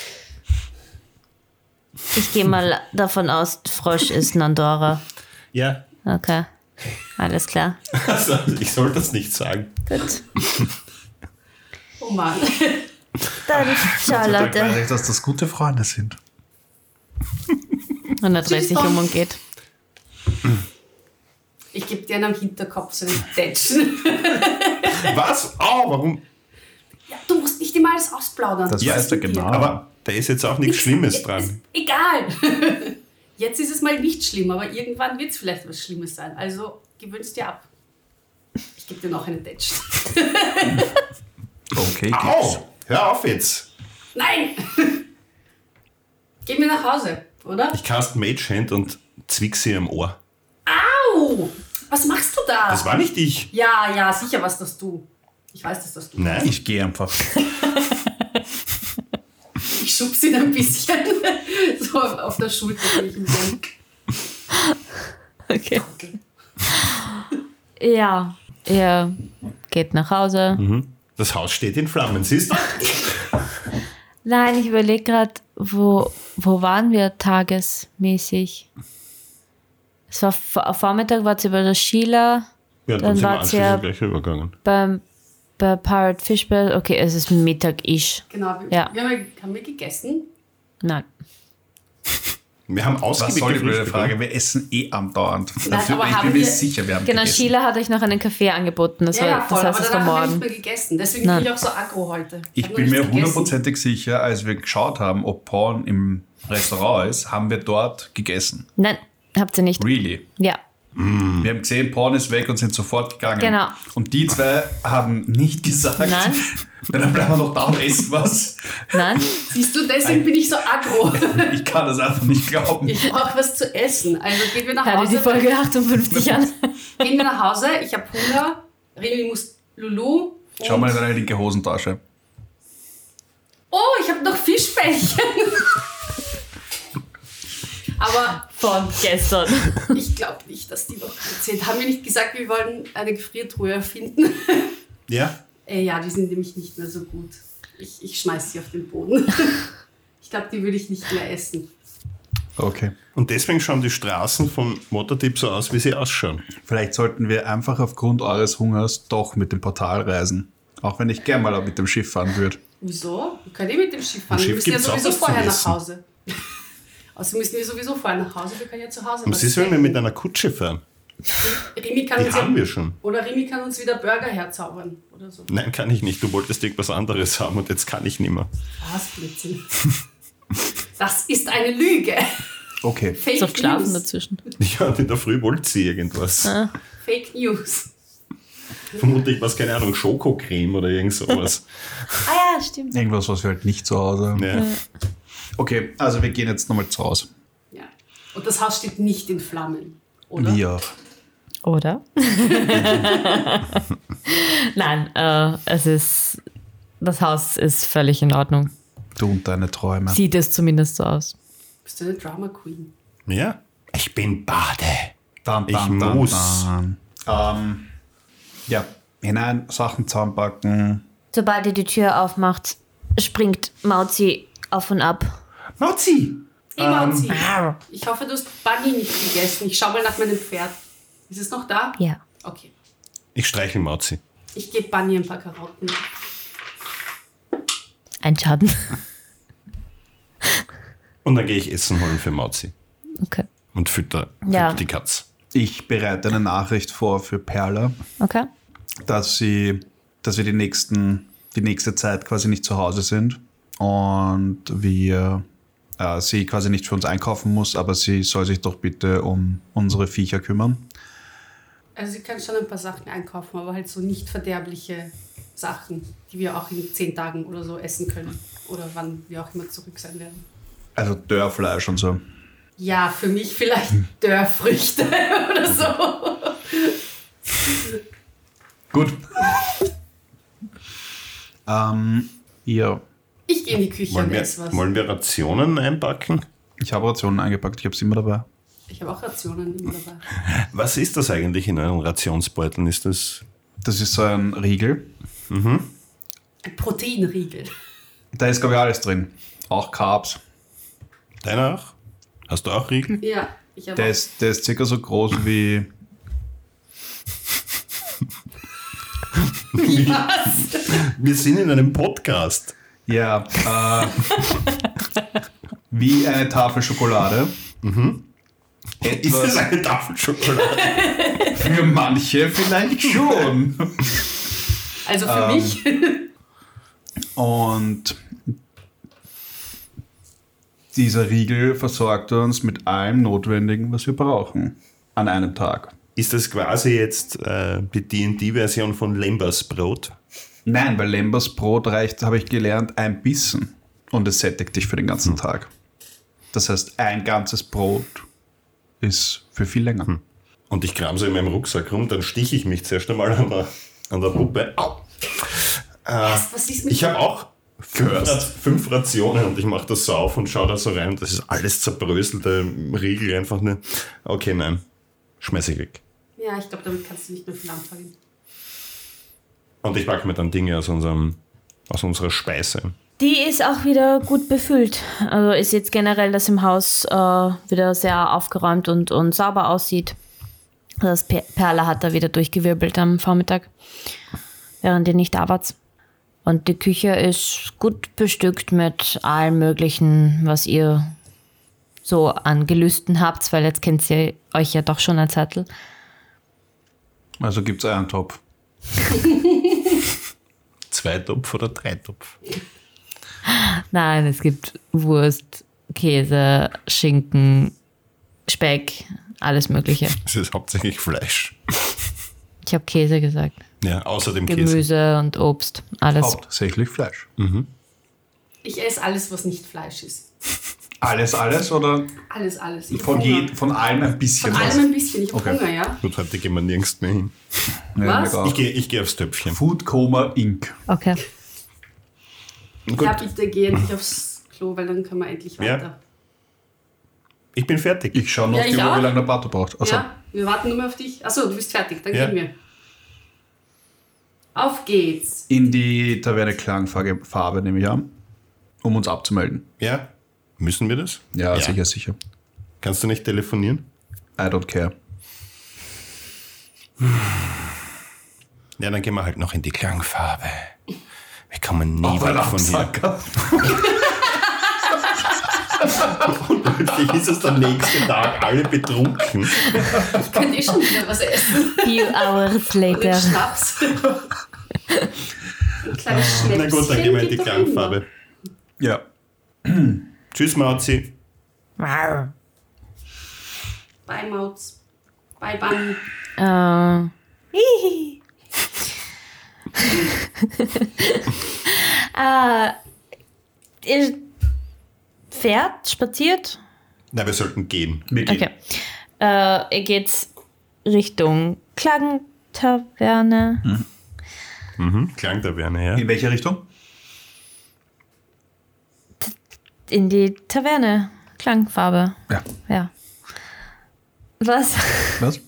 Speaker 1: Ich gehe mal davon aus, Frosch ist Nandora.
Speaker 2: Ja.
Speaker 1: Okay, alles klar.
Speaker 2: Also, ich soll das nicht sagen.
Speaker 1: Gut.
Speaker 3: Oh Mann.
Speaker 1: Dann, ciao Leute.
Speaker 4: ich, dass das gute Freunde sind.
Speaker 1: Und er dreht
Speaker 3: Tschüss,
Speaker 1: sich
Speaker 3: Tom.
Speaker 1: um und geht.
Speaker 3: Ich gebe dir einen am Hinterkopf so ein Tätschen.
Speaker 2: Was? Oh, warum?
Speaker 3: Ja, du musst nicht immer alles ausplaudern.
Speaker 4: Das
Speaker 3: Was ist
Speaker 4: weißt du
Speaker 3: mit dir?
Speaker 4: genau.
Speaker 2: Aber da ist jetzt auch nichts Schlimmes dran.
Speaker 3: Egal. Jetzt ist es mal nicht schlimm, aber irgendwann wird es vielleicht was Schlimmes sein. Also gewöhnst dir ab. Ich gebe dir noch einen Tätschen.
Speaker 4: Okay,
Speaker 2: Au! Hör auf jetzt!
Speaker 3: Nein! Gehen wir nach Hause, oder?
Speaker 2: Ich cast Mage Hand und zwick sie im Ohr.
Speaker 3: Au! Was machst du da?
Speaker 2: Das war nicht ich.
Speaker 3: ja, ja, sicher warst das du. Ich weiß, dass das du.
Speaker 2: Nein.
Speaker 4: ich gehe einfach.
Speaker 3: Ich schub's ihn ein bisschen so auf, auf der Schulter. geh ich ihm so.
Speaker 1: Okay. Ja, ihr geht nach Hause.
Speaker 2: Das Haus steht in Flammen, siehst du?
Speaker 1: Nein, ich überlege gerade, wo, wo waren wir tagesmäßig? Es war vor- am Vormittag war es über das Sheila
Speaker 2: Ja,
Speaker 1: Dann
Speaker 2: sind wir
Speaker 1: war's ja-
Speaker 2: anschließend gleich übergangen.
Speaker 1: beim bei Pirate Fishbell. Okay, es ist Mittag-ish.
Speaker 3: Genau, wir,
Speaker 1: Ja.
Speaker 3: wir haben, ja- haben wir gegessen.
Speaker 1: Nein.
Speaker 2: Wir haben
Speaker 4: Was soll die
Speaker 2: ausgiebig
Speaker 4: blöde
Speaker 2: gefrühstückt,
Speaker 4: Frage? Wir essen eh andauernd. Dafür,
Speaker 3: aber
Speaker 4: ich
Speaker 3: haben
Speaker 4: bin mir
Speaker 3: wir-
Speaker 4: sicher, wir haben
Speaker 1: Genau,
Speaker 4: gegessen.
Speaker 1: Sheila hat euch noch einen Kaffee angeboten. Das,
Speaker 3: Ja,
Speaker 1: war,
Speaker 3: ja,
Speaker 1: das
Speaker 3: voll.
Speaker 1: heißt,
Speaker 3: aber
Speaker 1: es war
Speaker 3: danach haben wir nicht
Speaker 1: morgen.
Speaker 3: mehr gegessen. Deswegen
Speaker 1: Nein.
Speaker 3: bin ich auch so aggro heute.
Speaker 4: Ich
Speaker 3: hab
Speaker 4: bin
Speaker 3: noch
Speaker 4: mir
Speaker 3: nichts gegessen.
Speaker 4: hundertprozentig sicher, als wir geschaut haben, ob Porn im Restaurant ist, haben wir dort gegessen.
Speaker 1: Nein, habt ihr nicht.
Speaker 4: Really.
Speaker 1: Ja.
Speaker 4: Wir haben gesehen, Porn ist weg und sind sofort gegangen.
Speaker 1: Genau.
Speaker 4: Und die zwei haben nicht gesagt,
Speaker 1: Nein.
Speaker 4: "Na, dann bleiben wir doch da und essen was.
Speaker 1: Nein?
Speaker 3: Siehst du, deswegen bin ich so aggro.
Speaker 4: Ich kann das einfach nicht glauben.
Speaker 3: Ich brauche was zu essen. Also gehen wir nach
Speaker 1: Hör dir die
Speaker 3: Hause.
Speaker 1: Folge 58 an.
Speaker 3: Gehen wir nach Hause. Ich habe Hunger. Remy muss Lulu. und-
Speaker 4: Schau mal in deine linke Hosentasche.
Speaker 3: Oh, ich habe noch Fischbällchen. Aber
Speaker 1: Von gestern.
Speaker 3: ich glaube nicht, dass die noch gut sind. Haben wir nicht gesagt, wir wollen eine Gefriertruhe erfinden?
Speaker 2: Ja?
Speaker 3: Äh, ja, die sind nämlich nicht mehr so gut. Ich, ich schmeiß sie auf den Boden. Ich glaube, die würde ich nicht mehr essen.
Speaker 4: Okay.
Speaker 2: Und deswegen schauen die Straßen von Motortip so aus, wie sie ausschauen.
Speaker 4: Vielleicht sollten wir einfach aufgrund eures Hungers doch mit dem Portal reisen. Auch wenn ich gerne mal mit dem Schiff fahren würde.
Speaker 3: Wieso? Wir können eh mit dem Schiff fahren.
Speaker 2: Im
Speaker 3: wir
Speaker 2: Schiff
Speaker 3: müssen ja
Speaker 2: gibt's auch
Speaker 3: sowieso
Speaker 2: was zu
Speaker 3: vorher nach
Speaker 2: essen.
Speaker 3: Hause. Außerdem müssen wir sowieso vorher nach Hause. Wir können ja zu Hause
Speaker 2: Und
Speaker 3: was
Speaker 2: sie sollen wir
Speaker 3: essen.
Speaker 2: mit einer Kutsche fahren.
Speaker 3: Remy kann
Speaker 2: Die
Speaker 4: Also-
Speaker 3: uns ja-
Speaker 2: haben wir schon.
Speaker 3: Oder Remy kann uns wieder Burger herzaubern oder so.
Speaker 2: Nein, kann ich nicht. Du wolltest irgendwas anderes haben und jetzt kann ich nicht mehr.
Speaker 3: Was, Blödsinn. Das ist eine Lüge.
Speaker 4: Okay.
Speaker 3: Fake
Speaker 1: So schlafen
Speaker 3: News.
Speaker 1: dazwischen.
Speaker 2: Ja, und in der Früh wollte sie irgendwas.
Speaker 3: Fake News.
Speaker 2: Vermutlich was, keine Ahnung, Schokocreme oder irgend sowas.
Speaker 1: Ah ja, stimmt.
Speaker 4: Irgendwas, was wir halt nicht zu Hause haben.
Speaker 2: ja.
Speaker 4: Okay, also wir gehen jetzt nochmal zu Hause.
Speaker 3: Ja. Und das Haus steht nicht in Flammen, oder?
Speaker 4: Wir.
Speaker 1: Oder? Nein, äh, es ist. Das Haus ist völlig in Ordnung.
Speaker 4: Du und deine Träume.
Speaker 1: Sieht es zumindest so aus.
Speaker 3: Bist du eine Drama Queen?
Speaker 2: ja. Ich bin Bade.
Speaker 4: Dann,
Speaker 2: Ich muss.
Speaker 4: Ähm, ja, hinein, Sachen zusammenpacken.
Speaker 1: Sobald ihr die Tür aufmacht, springt Mauzi auf und ab.
Speaker 2: Mozi!
Speaker 4: Ähm.
Speaker 3: Emozi. Ich hoffe, du hast Bunny nicht gegessen. Ich schau mal nach meinem Pferd. Ist es noch da?
Speaker 1: Ja.
Speaker 3: Okay.
Speaker 2: Ich streichel Mozi.
Speaker 3: Ich gebe Bunny ein paar Karotten.
Speaker 1: Ein Schaden.
Speaker 2: Und dann gehe ich Essen holen für Mozi.
Speaker 1: Okay.
Speaker 2: Und fütter,
Speaker 1: Ja.
Speaker 2: fütter die Katz.
Speaker 4: Ich bereite eine Nachricht vor für Perla,
Speaker 1: Okay.
Speaker 4: dass sie, dass wir die nächsten, die nächste Zeit quasi nicht zu Hause sind und wir äh, sie quasi nicht für uns einkaufen muss, aber sie soll sich doch bitte um unsere Viecher kümmern.
Speaker 3: Also ich kann schon ein paar Sachen einkaufen, aber halt so nicht verderbliche Sachen, die wir auch in zehn Tagen oder so essen können. Oder wann wir auch immer zurück sein werden.
Speaker 4: Also Dörrfleisch und so.
Speaker 3: Ja, für mich vielleicht
Speaker 4: Hm.
Speaker 3: Dörrfrüchte oder so.
Speaker 4: Gut. ähm, ihr.
Speaker 3: Ich gehe in die Küche
Speaker 2: Wollen
Speaker 3: und
Speaker 2: wir,
Speaker 3: esse was.
Speaker 2: wollen wir Rationen einpacken?
Speaker 4: Ich habe Rationen eingepackt, ich habe sie immer dabei.
Speaker 3: Ich habe auch Rationen immer dabei.
Speaker 2: Was ist das eigentlich in euren Rationsbeuteln? Ist das
Speaker 4: Das ist so ein Riegel.
Speaker 3: Ein Proteinriegel.
Speaker 4: Da ist, glaube ich, alles drin. Auch Carbs.
Speaker 2: deiner auch? Hast du auch Riegel?
Speaker 3: Ja, ich habe
Speaker 4: Der
Speaker 3: auch-
Speaker 4: ist, der ist circa so groß wie.
Speaker 3: was.
Speaker 2: Wir sind in einem Podcast.
Speaker 4: Ja, äh, wie eine Tafel Schokolade.
Speaker 2: Ist das
Speaker 4: Etwas
Speaker 2: eine Tafel Schokolade?
Speaker 4: für manche vielleicht schon.
Speaker 3: Also für mich.
Speaker 2: Ähm,
Speaker 4: Und dieser Riegel versorgt uns mit allem Notwendigen, was wir brauchen. An einem Tag.
Speaker 2: Ist das quasi jetzt äh, die D&D-Version von Lembers Brot?
Speaker 4: Nein, weil Lembers Brot reicht, habe ich gelernt, ein Bissen. Und es sättigt dich für den
Speaker 2: Hm.
Speaker 4: ganzen Tag. Das heißt, ein ganzes Brot ist für viel länger.
Speaker 2: Hm. Und ich kram so in meinem Rucksack rum, dann stiche ich mich zuerst einmal an der, an der Puppe. Au.
Speaker 3: Was ist mit
Speaker 2: Ich habe auch fünf,
Speaker 4: Cursed.
Speaker 2: Ra- fünf Rationen und ich mache das so auf und schaue da so rein. Das ist alles zerbröselte Riegel, einfach nur. Okay, nein. Schmeiß ich weg.
Speaker 3: Ja, ich glaube, damit kannst du nicht mehr viel anfangen.
Speaker 2: Und ich packe mir dann Dinge aus, unserem, aus unserer Speise.
Speaker 1: Die ist auch wieder gut befüllt. Also ist jetzt generell das im Haus äh, wieder sehr aufgeräumt und, und sauber aussieht. Das Per- Perle hat da wieder durchgewirbelt am Vormittag, während ihr nicht da wart. Und die Küche ist gut bestückt mit allem Möglichen, was ihr so an Gelüsten habt, weil jetzt kennt ihr euch ja doch schon als Zettel.
Speaker 4: Also gibt es einen Topf.
Speaker 2: Zweitopf oder Dreitopf?
Speaker 1: Nein, es gibt Wurst, Käse, Schinken, Speck, alles Mögliche.
Speaker 2: Es ist hauptsächlich Fleisch.
Speaker 1: Ich habe Käse gesagt.
Speaker 2: Ja, außer dem Käse.
Speaker 1: Gemüse und Obst, alles.
Speaker 4: Hauptsächlich Fleisch.
Speaker 2: Hm.
Speaker 3: Ich esse alles, was nicht Fleisch ist.
Speaker 4: Alles, alles oder
Speaker 3: Alles, alles. Ich hab
Speaker 4: von,
Speaker 3: Hunger.
Speaker 4: je, von allem ein bisschen
Speaker 3: Von allem ein bisschen. Ich habe
Speaker 4: Okay.
Speaker 3: Hunger, ja.
Speaker 2: Gut, heute gehen wir nirgends mehr hin.
Speaker 4: Ja,
Speaker 3: Was?
Speaker 4: egal.
Speaker 2: Ich gehe ich geh aufs Töpfchen.
Speaker 4: Food Coma Inc.
Speaker 1: Okay.
Speaker 2: Gut,
Speaker 3: Ja, bitte geh endlich aufs Klo, weil dann können wir endlich
Speaker 2: Ja.
Speaker 3: weiter.
Speaker 2: ich bin fertig.
Speaker 4: Ich schaue noch,
Speaker 3: Ja,
Speaker 4: die
Speaker 3: ich
Speaker 4: Uhr,
Speaker 3: auch.
Speaker 4: wie lange der Pato braucht.
Speaker 3: Ja,
Speaker 4: Also,
Speaker 3: wir warten nur mehr auf dich. Achso, du bist fertig, dann
Speaker 2: Ja.
Speaker 3: gehen wir. Auf geht's.
Speaker 4: In die Taverne Klangfarbe Farbe nehme ich an, um uns abzumelden.
Speaker 2: ja? Müssen wir das?
Speaker 4: Ja, sicher, sicher.
Speaker 2: Kannst du nicht telefonieren?
Speaker 4: I don't care.
Speaker 2: Ja, dann gehen wir halt noch in die Klangfarbe. Wir kommen nie
Speaker 4: Auf ein
Speaker 2: weg von hier.
Speaker 4: Absacker.
Speaker 2: Plötzlich ist es am nächsten Tag alle betrunken.
Speaker 3: Ich könnte eh schon wieder was essen.
Speaker 1: Few hours
Speaker 3: Und den
Speaker 1: later.
Speaker 3: Schnaps. Ein kleines Schnäpschen.
Speaker 2: Na gut, dann gehen wir in die
Speaker 3: geht doch immer.
Speaker 2: Klangfarbe.
Speaker 4: Ja.
Speaker 2: Tschüss, Mauzi.
Speaker 1: Äh.
Speaker 3: Bye, Mautz. Bye, Bunny.
Speaker 1: Äh, äh, ihr fährt, spaziert?
Speaker 2: Na, wir sollten gehen.
Speaker 4: Wir gehen.
Speaker 1: Okay. Äh, ihr geht Richtung Klagentaverne.
Speaker 2: Mhm. Klangtaverne, ja.
Speaker 4: In welche Richtung?
Speaker 1: In die Taverne. Klangfarbe.
Speaker 4: Ja.
Speaker 1: Ja. Was?
Speaker 4: Was?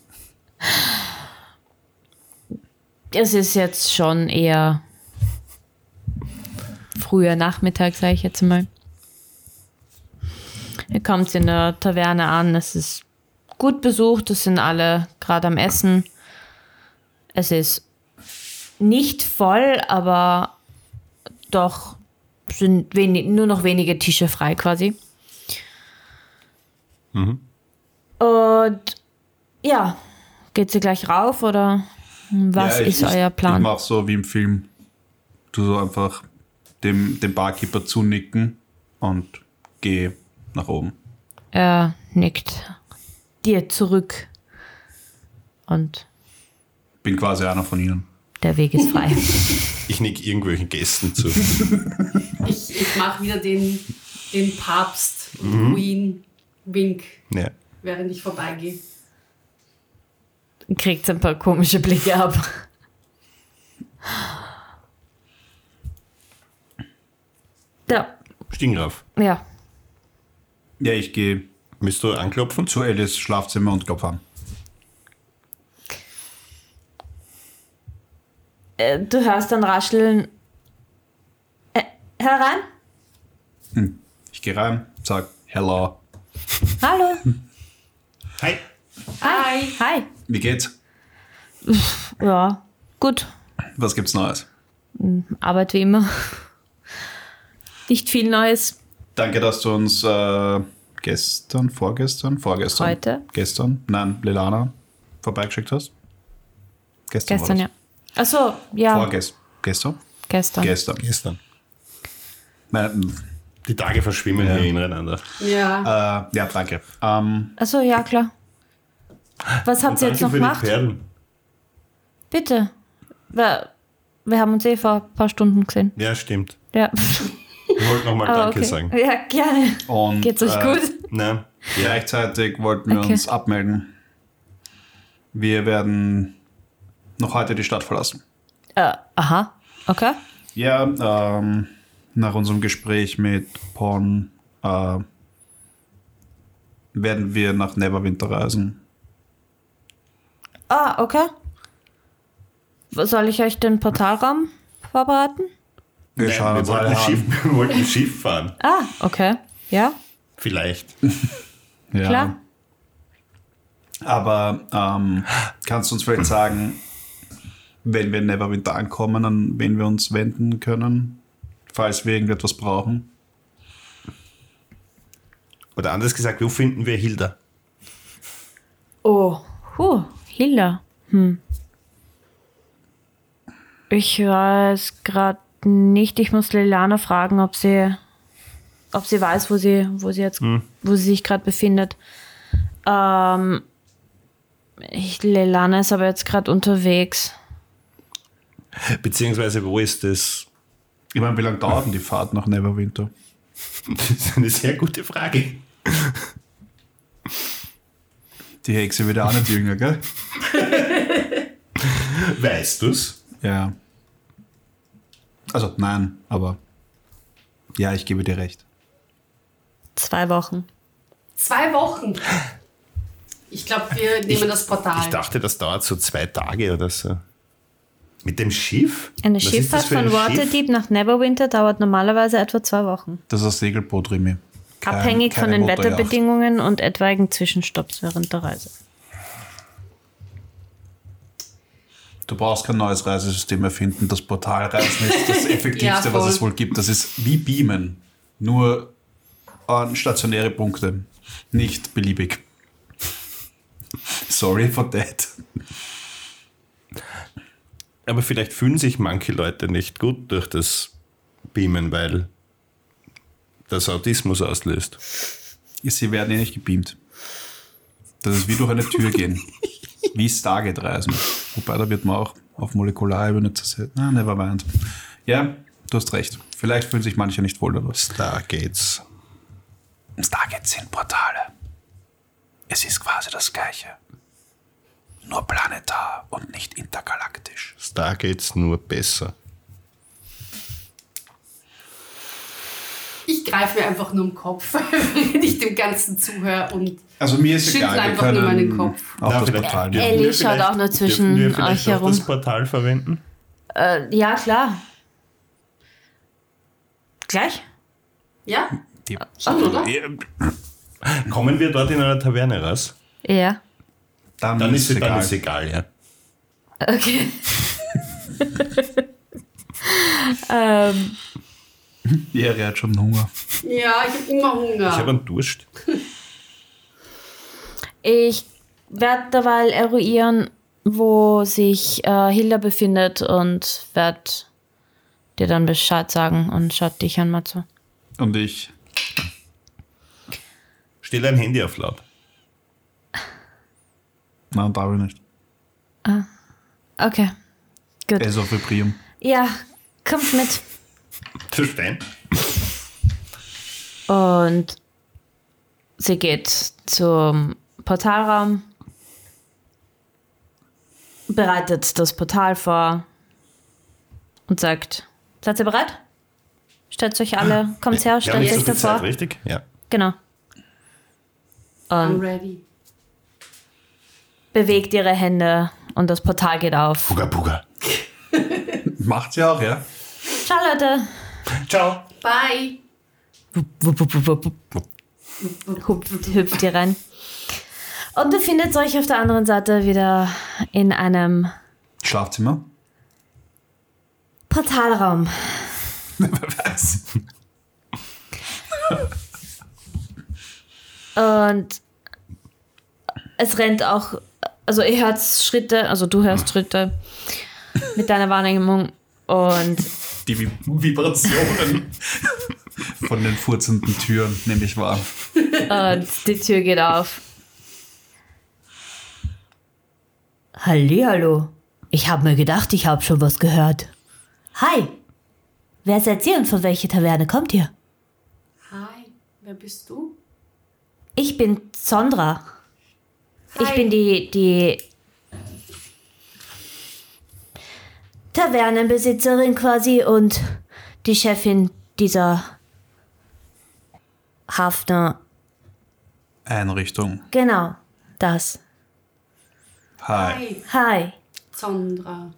Speaker 1: Es ist jetzt schon eher früher Nachmittag, sage ich jetzt mal. Ihr kommt in der Taverne an, es ist gut besucht, es sind alle gerade am Essen. Es ist nicht voll, aber doch sind wenig, nur noch wenige Tische frei quasi.
Speaker 4: Mhm.
Speaker 1: Und ja, geht ihr gleich rauf oder was
Speaker 4: Ja, ich-
Speaker 1: ist euer
Speaker 4: Ich, ich
Speaker 1: Plan?
Speaker 4: mach so wie im Film. Du so einfach dem, dem Barkeeper zunicken und geh nach oben.
Speaker 1: Er nickt dir zurück. Und
Speaker 4: Bin quasi einer von ihnen.
Speaker 1: der Weg ist frei.
Speaker 2: Ich nick irgendwelchen Gästen zu.
Speaker 3: Ich, ich mache wieder den, den Papst Queen Wink,
Speaker 2: ja.
Speaker 3: während ich vorbeigehe.
Speaker 1: Kriegt ein paar komische Blicke ab. Da,
Speaker 2: Stingraf,
Speaker 1: ja.
Speaker 4: Ja, ich gehe
Speaker 2: müsst du anklopfen?
Speaker 4: zu Alice Schlafzimmer und klopfe an.
Speaker 1: Äh, Du hörst dann rascheln. Äh, herein?
Speaker 4: Ich gehe rein, sag Hello.
Speaker 1: Hallo.
Speaker 2: Hi.
Speaker 1: Hi. Hi.
Speaker 4: Wie geht's?
Speaker 1: Ja, gut.
Speaker 4: Was gibt's Neues?
Speaker 1: Arbeit wie immer. Nicht viel Neues.
Speaker 4: Danke, dass du uns äh, gestern, vorgestern, vorgestern.
Speaker 1: Heute?
Speaker 4: Gestern? Nein, Lilana vorbeigeschickt hast. Gestern.
Speaker 1: Gestern,
Speaker 4: war
Speaker 1: ja. Ah. Achso, ja,
Speaker 4: Vorgestern. Gestern?
Speaker 1: gestern.
Speaker 4: Gestern.
Speaker 2: Gestern.
Speaker 4: Nein,
Speaker 2: Die Tage verschwimmen hier ineinander.
Speaker 3: Ja.
Speaker 4: äh, ja, danke. Ähm,
Speaker 1: Achso, ja, klar. Was habt ihr jetzt noch gemacht?
Speaker 2: Perlen.
Speaker 1: Bitte. Wir, wir haben uns eh vor ein paar Stunden gesehen.
Speaker 2: Ja, stimmt.
Speaker 1: Ja,
Speaker 2: Ich wollte nochmal
Speaker 1: aber
Speaker 2: Danke
Speaker 1: Ah, okay.
Speaker 2: sagen.
Speaker 1: Ja, gerne.
Speaker 4: und,
Speaker 1: Geht's euch
Speaker 4: äh,
Speaker 1: gut?
Speaker 2: Nein. Ja,
Speaker 4: Gleichzeitig wollten wir
Speaker 1: Okay.
Speaker 4: uns abmelden. Wir werden noch heute die Stadt verlassen.
Speaker 1: Äh, aha, okay.
Speaker 4: Ja, ähm, nach unserem Gespräch mit Porn äh, werden wir nach Neverwinter reisen.
Speaker 1: Ah, okay. Soll ich euch den Portalraum vorbereiten?
Speaker 4: Wir
Speaker 2: Nein,
Speaker 4: schauen
Speaker 2: wir
Speaker 4: uns
Speaker 2: wollten
Speaker 4: alle an.
Speaker 2: Schiff, wir wollten Schiff fahren.
Speaker 1: Ah, okay. Ja,
Speaker 2: Vielleicht.
Speaker 4: Ja.
Speaker 1: klar.
Speaker 4: Aber ähm, kannst du uns vielleicht sagen, wenn wir in Neverwinter ankommen, an wen wir uns wenden können, falls wir irgendetwas brauchen?
Speaker 2: Oder anders gesagt, wo finden wir Hilda?
Speaker 1: Oh, huh, Hilda. Hm. Ich weiß gerade nicht. Ich muss Lilana fragen, ob sie, ob sie weiß, wo sie, wo sie jetzt,
Speaker 2: Hm.
Speaker 1: wo sie sich gerade befindet. Ähm, ich, Lilana ist aber jetzt gerade unterwegs.
Speaker 2: Beziehungsweise, wo ist das?
Speaker 4: Ich meine, wie lange dauert denn die Fahrt nach Neverwinter?
Speaker 2: Das ist eine sehr gute Frage.
Speaker 4: Die Hexe wird ja auch nicht jünger, gell?
Speaker 2: Weißt du's?
Speaker 4: Ja. Also, nein, aber. Ja, ich gebe dir recht.
Speaker 1: Zwei Wochen.
Speaker 3: Zwei Wochen. Ich glaube, wir nehmen das Portal.
Speaker 2: Ich dachte, das dauert so zwei Tage oder so. Mit dem Schiff?
Speaker 1: Eine
Speaker 2: Was ist
Speaker 1: Schifffahrt
Speaker 2: das für
Speaker 1: von
Speaker 2: ein Schiff?
Speaker 1: Waterdeep nach Neverwinter dauert normalerweise etwa zwei Wochen.
Speaker 4: Das ist das Segelboot, Remy. Kein-
Speaker 1: Abhängig von
Speaker 4: keine
Speaker 1: den
Speaker 4: Motorjacht.
Speaker 1: Wetterbedingungen und etwaigen Zwischenstopps während der Reise.
Speaker 4: Du brauchst kein neues Reisesystem erfinden. Das Portalreisen ist das effektivste,
Speaker 3: Ja, voll.
Speaker 4: was es wohl gibt. Das ist wie Beamen, nur an stationäre Punkte. Nicht beliebig. Sorry for that.
Speaker 2: Aber vielleicht fühlen sich manche Leute nicht gut durch das Beamen, weil das Autismus auslöst.
Speaker 4: Sie werden ja nicht gebeamt. Das ist wie durch eine Tür gehen. Wie Stargate-Reisen. Wobei, da wird man auch auf Molekularebene zersetzt. Na, never mind. Ja, du hast recht. Vielleicht fühlen sich manche nicht wohl dadurch.
Speaker 2: Stargates.
Speaker 4: Stargate sind Portale. Es ist quasi das Gleiche. Nur planetar und nicht intergalaktisch.
Speaker 2: Stargates nur besser.
Speaker 3: Ich greife mir einfach nur im Kopf, wenn ich dem Ganzen zuhöre und
Speaker 4: Also mir ist
Speaker 3: Schüttel
Speaker 4: egal, wir
Speaker 3: einfach nur
Speaker 4: können
Speaker 3: meinen Kopf.
Speaker 4: auch
Speaker 2: Na,
Speaker 4: das
Speaker 2: vielleicht-
Speaker 4: Portal
Speaker 2: Ellie
Speaker 4: nehmen.
Speaker 1: Ellie
Speaker 2: wir
Speaker 1: schaut
Speaker 2: vielleicht-
Speaker 1: auch nur
Speaker 2: Dürfen wir
Speaker 1: zwischen
Speaker 2: vielleicht
Speaker 1: euch
Speaker 2: auch das
Speaker 1: herum.
Speaker 2: Portal verwenden?
Speaker 1: Äh, ja, klar. Gleich?
Speaker 3: ja,
Speaker 4: Die-
Speaker 3: schon, oder?
Speaker 2: Kommen wir dort in einer Taverne raus?
Speaker 1: Ja.
Speaker 4: Dann,
Speaker 2: Dann
Speaker 4: Hm, ist es egal.
Speaker 2: egal, ja.
Speaker 1: Okay. ähm,
Speaker 4: Die Eri hat schon Hunger.
Speaker 3: Ja, ich habe immer Hunger.
Speaker 2: Ich habe einen Durst.
Speaker 1: ich werde derweil eruieren, wo sich äh, Hilda befindet und werde dir dann Bescheid sagen und schaut dich einmal zu.
Speaker 4: Und ich
Speaker 2: Stell dein Handy auf laut.
Speaker 4: Nein, darf ich nicht.
Speaker 1: Okay,
Speaker 4: Er ist auf Vibrieren.
Speaker 1: ja, kommt mit.
Speaker 2: Zu Stein.
Speaker 1: Und sie geht zum Portalraum, bereitet das Portal vor und sagt: Seid ihr bereit? Stellt euch alle, kommt her,
Speaker 2: Ah, Wir haben
Speaker 1: stellt
Speaker 2: nicht so
Speaker 1: euch
Speaker 2: viel Zeit,
Speaker 1: davor.
Speaker 2: richtig? Ja.
Speaker 1: Genau.
Speaker 3: I'm
Speaker 1: Und
Speaker 3: ready.
Speaker 1: bewegt ihre Hände und das Portal geht auf.
Speaker 2: Puga, puga.
Speaker 4: Macht's ja auch, ja.
Speaker 1: Ciao, Leute!
Speaker 2: Ciao.
Speaker 3: Bye.
Speaker 1: Wupp, wupp, wupp, wupp, wupp. Hüpft, hüpft ihr rein. Und befindet euch auf der anderen Seite wieder in einem
Speaker 4: Schlafzimmer.
Speaker 1: Portalraum.
Speaker 4: Was?
Speaker 1: Und es rennt auch, also ihr hört Schritte, also du hörst Schritte mit deiner Wahrnehmung. Und
Speaker 4: Die Vi- Vibrationen von den furzenden Türen nehme ich wahr.
Speaker 1: Und die Tür geht auf. Hallihallo. Ich habe mir gedacht, ich habe schon was gehört. Hi. Wer seid ihr und von welcher Taverne kommt ihr?
Speaker 3: Hi. Wer bist du?
Speaker 1: Ich bin Sondra. Ich
Speaker 7: Hi.
Speaker 1: bin die, die Tavernenbesitzerin quasi und die Chefin dieser Hafner.
Speaker 4: Einrichtung.
Speaker 1: Genau, das.
Speaker 4: Hi.
Speaker 3: Hi.
Speaker 1: Hi.
Speaker 3: Sondra.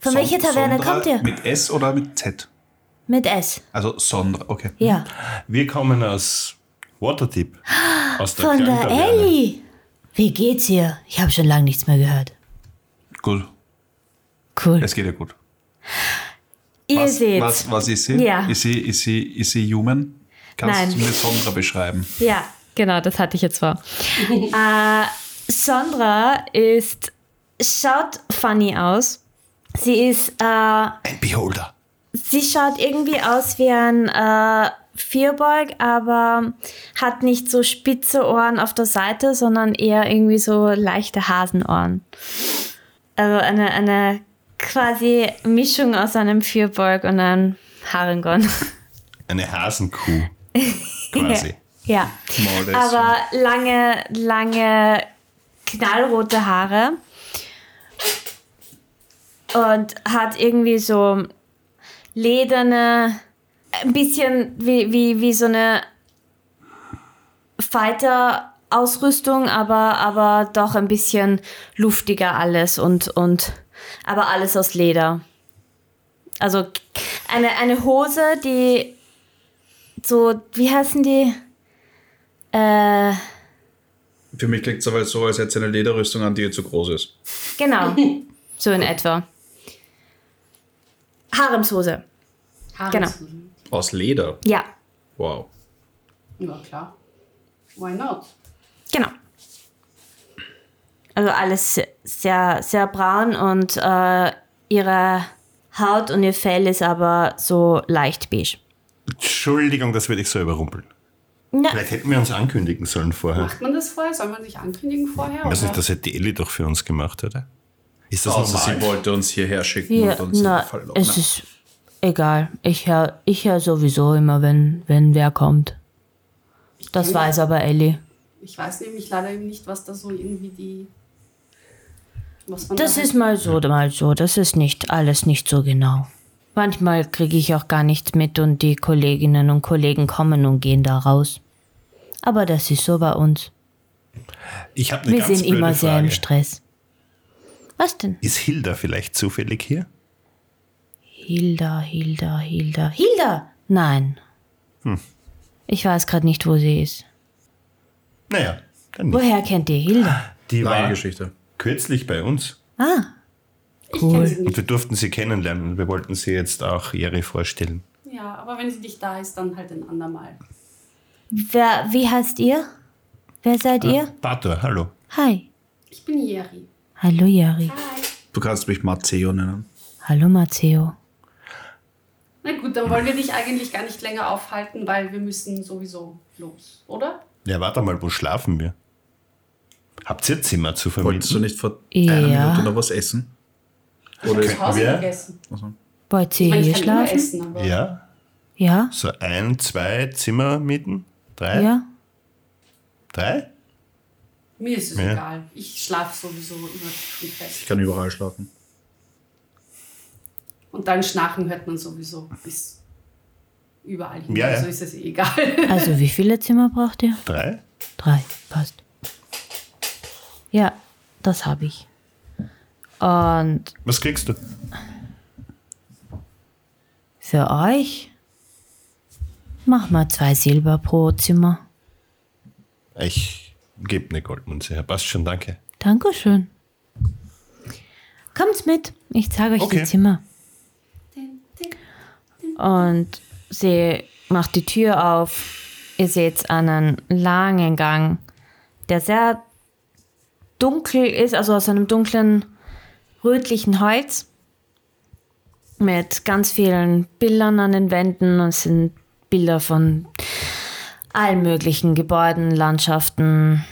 Speaker 1: Von welcher
Speaker 4: Son-
Speaker 1: Taverne
Speaker 4: Sondra
Speaker 1: kommt ihr?
Speaker 4: Mit S oder mit Z?
Speaker 1: Mit S.
Speaker 4: Also Sondra, okay.
Speaker 1: Ja.
Speaker 2: Wir kommen aus Waterdeep. Aus der
Speaker 1: Von der
Speaker 2: Kleintaverne.
Speaker 1: Ellie. Wie geht's ihr? Ich habe schon lange nichts mehr gehört.
Speaker 4: Gut,
Speaker 1: Cool.
Speaker 4: es geht ja gut.
Speaker 1: ihr
Speaker 4: was,
Speaker 1: seht.
Speaker 4: Was, was ist sie?
Speaker 1: Ja.
Speaker 4: Ist sie, ist sie, ist sie human? Kannst
Speaker 1: Nein.
Speaker 4: du mir Sondra beschreiben?
Speaker 1: Ja, genau, das hatte ich jetzt vor. äh, Sondra ist, schaut funny aus. Sie ist, äh,
Speaker 4: Ein Beholder.
Speaker 1: sie schaut irgendwie aus wie ein äh, Vierbeug, aber hat nicht so spitze Ohren auf der Seite, sondern eher irgendwie so leichte Hasenohren. Also eine, eine quasi Mischung aus einem Vierbeug und einem Harengon.
Speaker 2: Eine Hasenkuh. Quasi.
Speaker 1: ja.
Speaker 4: Maul
Speaker 1: Aber lange, lange knallrote Haare. Und hat irgendwie so lederne, ein bisschen wie, wie, wie so eine Fighter-Ausrüstung, aber, aber doch ein bisschen luftiger alles und, und aber alles aus Leder. Also eine, eine Hose, die so, wie heißen die? Äh,
Speaker 8: Für mich klingt es aber so, als hätte sie eine Lederrüstung an, die zu groß ist.
Speaker 1: Genau. So in etwa. Haremshose.
Speaker 3: Haare
Speaker 1: Genau.
Speaker 3: zu-
Speaker 8: Aus Leder.
Speaker 1: Ja,
Speaker 8: Wow.
Speaker 3: Ja, klar. Why not?
Speaker 1: genau. Also alles se- sehr, sehr braun und äh, ihre Haut und ihr Fell ist aber so leicht beige.
Speaker 2: Entschuldigung, das werde ich so überrumpeln.
Speaker 1: Na,
Speaker 2: Vielleicht hätten wir uns ankündigen sollen vorher.
Speaker 3: Macht man das vorher? Soll man sich ankündigen vorher?
Speaker 2: Ich weiß
Speaker 3: oder?
Speaker 2: nicht, das hätte die Ellie doch für uns gemacht, oder? Ist
Speaker 1: Oh
Speaker 2: das
Speaker 4: Also
Speaker 8: Außer
Speaker 2: normal?
Speaker 8: sie wollte uns hierher schicken
Speaker 1: wir,
Speaker 8: und uns
Speaker 1: na
Speaker 8: verlocken.
Speaker 1: es ist egal. Ich höre ich hör sowieso immer, wenn, wenn wer kommt. Das weiß aber Ellie.
Speaker 3: ich weiß nämlich leider eben nicht, was da so irgendwie die. Was man
Speaker 1: Das
Speaker 3: da
Speaker 1: ist mal so, mal so. Das ist nicht alles nicht so genau. Manchmal kriege ich auch gar nichts mit und die Kolleginnen und Kollegen kommen und gehen da raus. Aber das ist so bei uns.
Speaker 2: Ich habe eine
Speaker 1: Wir
Speaker 2: ganz
Speaker 1: sind
Speaker 2: blöde
Speaker 1: immer sehr im
Speaker 2: Frage.
Speaker 1: Stress. Was denn?
Speaker 2: Ist Hilda vielleicht zufällig hier?
Speaker 1: Hilda, Hilda, Hilda. Hilda! Nein.
Speaker 2: Hm.
Speaker 1: Ich weiß gerade nicht, wo sie ist.
Speaker 2: Naja, dann nicht.
Speaker 1: Woher kennt ihr Hilda? Ah,
Speaker 2: Die
Speaker 8: Lange
Speaker 2: war
Speaker 8: Geschichte.
Speaker 2: kürzlich bei uns
Speaker 1: Cool.
Speaker 2: und wir durften sie kennenlernen. Wir wollten sie jetzt auch Jerry vorstellen.
Speaker 3: Ja, aber wenn sie nicht da ist, dann halt ein andermal.
Speaker 1: Wer, wie heißt ihr? Wer seid
Speaker 2: Ah.
Speaker 1: ihr?
Speaker 2: Bator, hallo.
Speaker 1: Hi.
Speaker 3: Ich bin Jeri.
Speaker 1: Hallo, Yari.
Speaker 4: Du kannst mich Matteo nennen.
Speaker 1: Hallo, Matteo.
Speaker 3: Na gut, dann wollen wir dich eigentlich gar nicht länger aufhalten, weil wir müssen sowieso los, oder?
Speaker 2: Ja, warte mal, wo schlafen wir? Habt ihr Zimmer zu
Speaker 4: Wolltest du
Speaker 2: vermieten?
Speaker 4: nicht vor
Speaker 1: Ja.
Speaker 4: einer Minute noch was essen? Oder
Speaker 3: Zu Hause
Speaker 2: wer?
Speaker 3: gegessen.
Speaker 1: Wollt ihr
Speaker 3: Ich meine,
Speaker 1: hier
Speaker 3: ich kann immer
Speaker 1: schlafen?
Speaker 3: essen, aber
Speaker 2: Ja,
Speaker 1: Ja,
Speaker 2: so ein, zwei Zimmer mieten? Drei?
Speaker 1: ja.
Speaker 2: Drei?
Speaker 3: mir ist es
Speaker 2: Ja.
Speaker 3: egal. Ich schlafe sowieso immer im Fest.
Speaker 4: ich kann überall schlafen.
Speaker 3: Und dann Schnarchen hört man sowieso bis überall hin.
Speaker 2: Ja, ja.
Speaker 3: Also ist es eh egal.
Speaker 1: Also wie viele Zimmer braucht ihr?
Speaker 2: Drei?
Speaker 1: Drei, passt. Ja, das habe ich. Und
Speaker 2: Was kriegst du?
Speaker 1: für euch mach mal zwei Silber pro Zimmer.
Speaker 2: Ich gebe eine Goldmünze. Ja, passt schon, danke.
Speaker 1: Dankeschön. Kommt mit, ich zeige euch
Speaker 2: Okay.
Speaker 1: die Zimmer. Und sie macht die Tür auf. Ihr seht einen langen Gang, der sehr dunkel ist, also aus einem dunklen, rötlichen Holz. Mit ganz vielen Bildern an den Wänden und es sind Bilder von allen möglichen Gebäuden, Landschaften,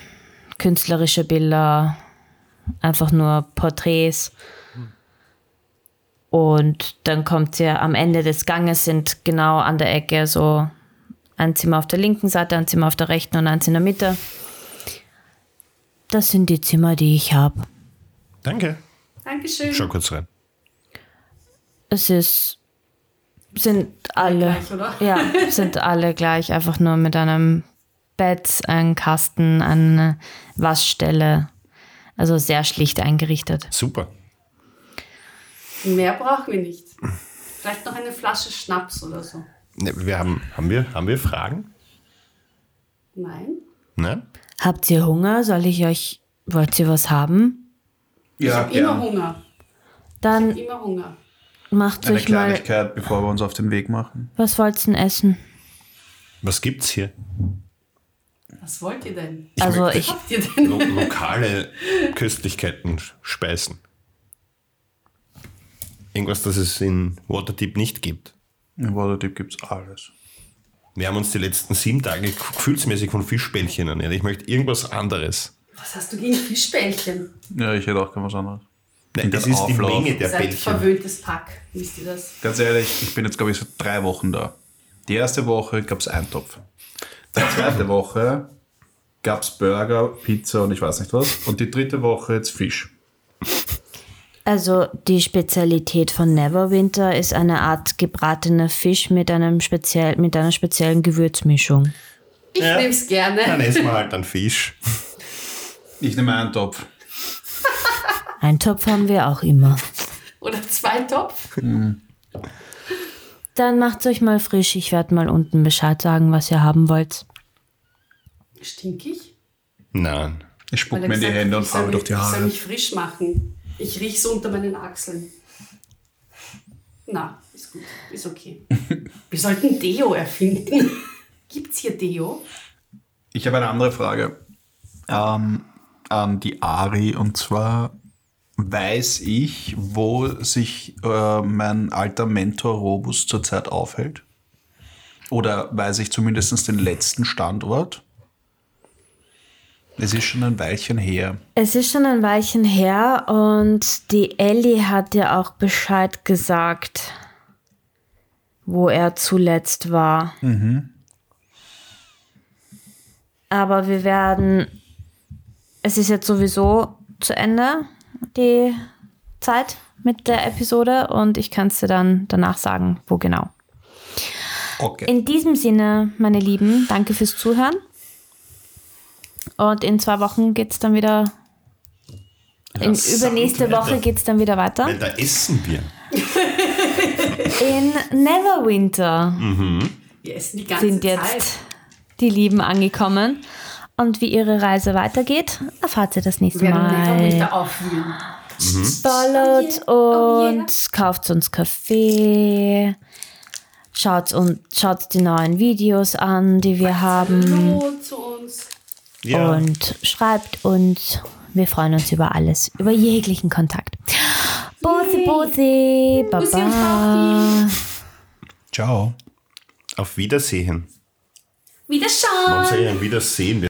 Speaker 1: künstlerische Bilder, einfach nur Porträts. Und dann kommt ihr am Ende des Ganges, sind genau an der Ecke so ein Zimmer auf der linken Seite, ein Zimmer auf der rechten und eins in der Mitte. Das sind die Zimmer, die ich habe.
Speaker 2: Danke.
Speaker 3: Dankeschön.
Speaker 2: Schau kurz rein.
Speaker 1: Es ist, sind alle,
Speaker 3: Gleich, oder?
Speaker 1: ja, sind alle gleich, einfach nur mit einem Bett, einem Kasten, einer Waschstelle. Also sehr schlicht eingerichtet.
Speaker 2: Super.
Speaker 3: Mehr brauchen wir nicht. Vielleicht noch eine Flasche Schnaps oder so.
Speaker 2: Ne, Wir haben, haben, wir, haben wir Fragen? Ne?
Speaker 3: Nein?
Speaker 2: Nein?
Speaker 1: Habt ihr Hunger? Soll ich euch, wollt ihr was haben?
Speaker 4: Ja,
Speaker 3: Immer Hunger.
Speaker 1: Dann
Speaker 3: Immer Hunger.
Speaker 1: macht
Speaker 4: Eine
Speaker 1: euch mal,
Speaker 4: Kleinigkeit, bevor wir uns auf den Weg machen.
Speaker 1: was wollt ihr denn essen?
Speaker 2: Was gibt's hier?
Speaker 3: Was wollt ihr denn?
Speaker 1: also
Speaker 2: möchte-
Speaker 1: ich,
Speaker 3: Habt ihr denn?
Speaker 2: Lo lokale Köstlichkeiten speisen. Irgendwas, das es in Waterdeep nicht gibt.
Speaker 4: Im Waterdeep gibt's alles.
Speaker 2: Wir haben uns die letzten sieben Tage gefühlsmäßig von Fischbällchen ernährt. Ich möchte irgendwas anderes.
Speaker 3: Was hast du gegen Fischbällchen?
Speaker 4: Ja, ich hätte auch gern was anderes.
Speaker 2: Nein,
Speaker 4: Und
Speaker 2: das
Speaker 4: den
Speaker 2: ist die
Speaker 4: Auflauf.
Speaker 2: Menge der
Speaker 3: Ihr seid
Speaker 2: Bällchen.
Speaker 3: verwöhntes Pack. Wisst ihr das?
Speaker 4: Ganz ehrlich, ich bin jetzt, glaube ich, seit drei Wochen da. Die erste Woche gab es Eintopf. Die zweite Woche gab es Burger, Pizza und ich weiß nicht was. Und die dritte Woche jetzt Fisch.
Speaker 1: also die Spezialität von Neverwinter ist eine Art gebratener Fisch mit einem speziell, mit einer speziellen Gewürzmischung.
Speaker 3: Ich
Speaker 2: Ja.
Speaker 3: nehm's gerne.
Speaker 2: Dann essen wir halt dann Fisch.
Speaker 4: Ich nehme Eintopf.
Speaker 1: Einen Topf haben wir auch immer.
Speaker 3: Oder zwei Topf.
Speaker 1: Dann macht's euch mal frisch. Ich werde mal unten Bescheid sagen, was ihr haben wollt.
Speaker 3: Stinkig?
Speaker 2: Nein.
Speaker 4: Ich spuck
Speaker 3: Weil
Speaker 4: mir
Speaker 3: er
Speaker 4: in
Speaker 3: gesagt hat,
Speaker 4: die Hände und
Speaker 3: ich soll
Speaker 4: fahre durch
Speaker 3: mich-
Speaker 4: die
Speaker 3: Ich soll
Speaker 4: Haare.
Speaker 3: mich frisch machen. Ich rieche so unter meinen Achseln. Na, ist gut. Ist okay. Wir sollten Deo erfinden. Gibt's hier Deo?
Speaker 4: Ich habe eine andere Frage ähm, an die Ari. Und zwar weiß ich, wo sich äh, mein alter Mentor Robus zurzeit aufhält? Oder weiß ich zumindest den letzten Standort? Es ist schon ein Weilchen her.
Speaker 1: Es ist schon ein Weilchen her und die Ellie hat ja auch Bescheid gesagt, wo er zuletzt war. Aber wir werden. Es ist jetzt sowieso zu Ende, die Zeit mit der Episode und ich kann es dir dann danach sagen, wo genau.
Speaker 4: Okay.
Speaker 1: In diesem Sinne, meine Lieben, danke fürs Zuhören. Und in zwei Wochen geht es dann wieder. In, übernächste Woche geht es dann wieder weiter.
Speaker 2: Weil da essen wir.
Speaker 1: In Neverwinter
Speaker 3: Wir essen die ganze
Speaker 1: sind
Speaker 3: Zeit.
Speaker 1: jetzt die Lieben angekommen. Und wie ihre Reise weitergeht, erfahrt ihr das nächste
Speaker 3: Wir werden
Speaker 1: Mal.
Speaker 3: Neverwinter aufwühlen.
Speaker 1: Followt
Speaker 3: Oh,
Speaker 1: und kauft uns Kaffee. Schaut, und, schaut die neuen Videos an, die wir haben.
Speaker 3: Hallo zu uns.
Speaker 2: Ja.
Speaker 1: und schreibt uns. Wir freuen uns über alles, über jeglichen Kontakt. Bussi, Bussi,
Speaker 3: Bussi und
Speaker 1: Baba.
Speaker 3: Bauchi.
Speaker 4: Ciao.
Speaker 2: Auf Wiedersehen.
Speaker 3: Wiederschauen.
Speaker 2: Man soll ja wiedersehen.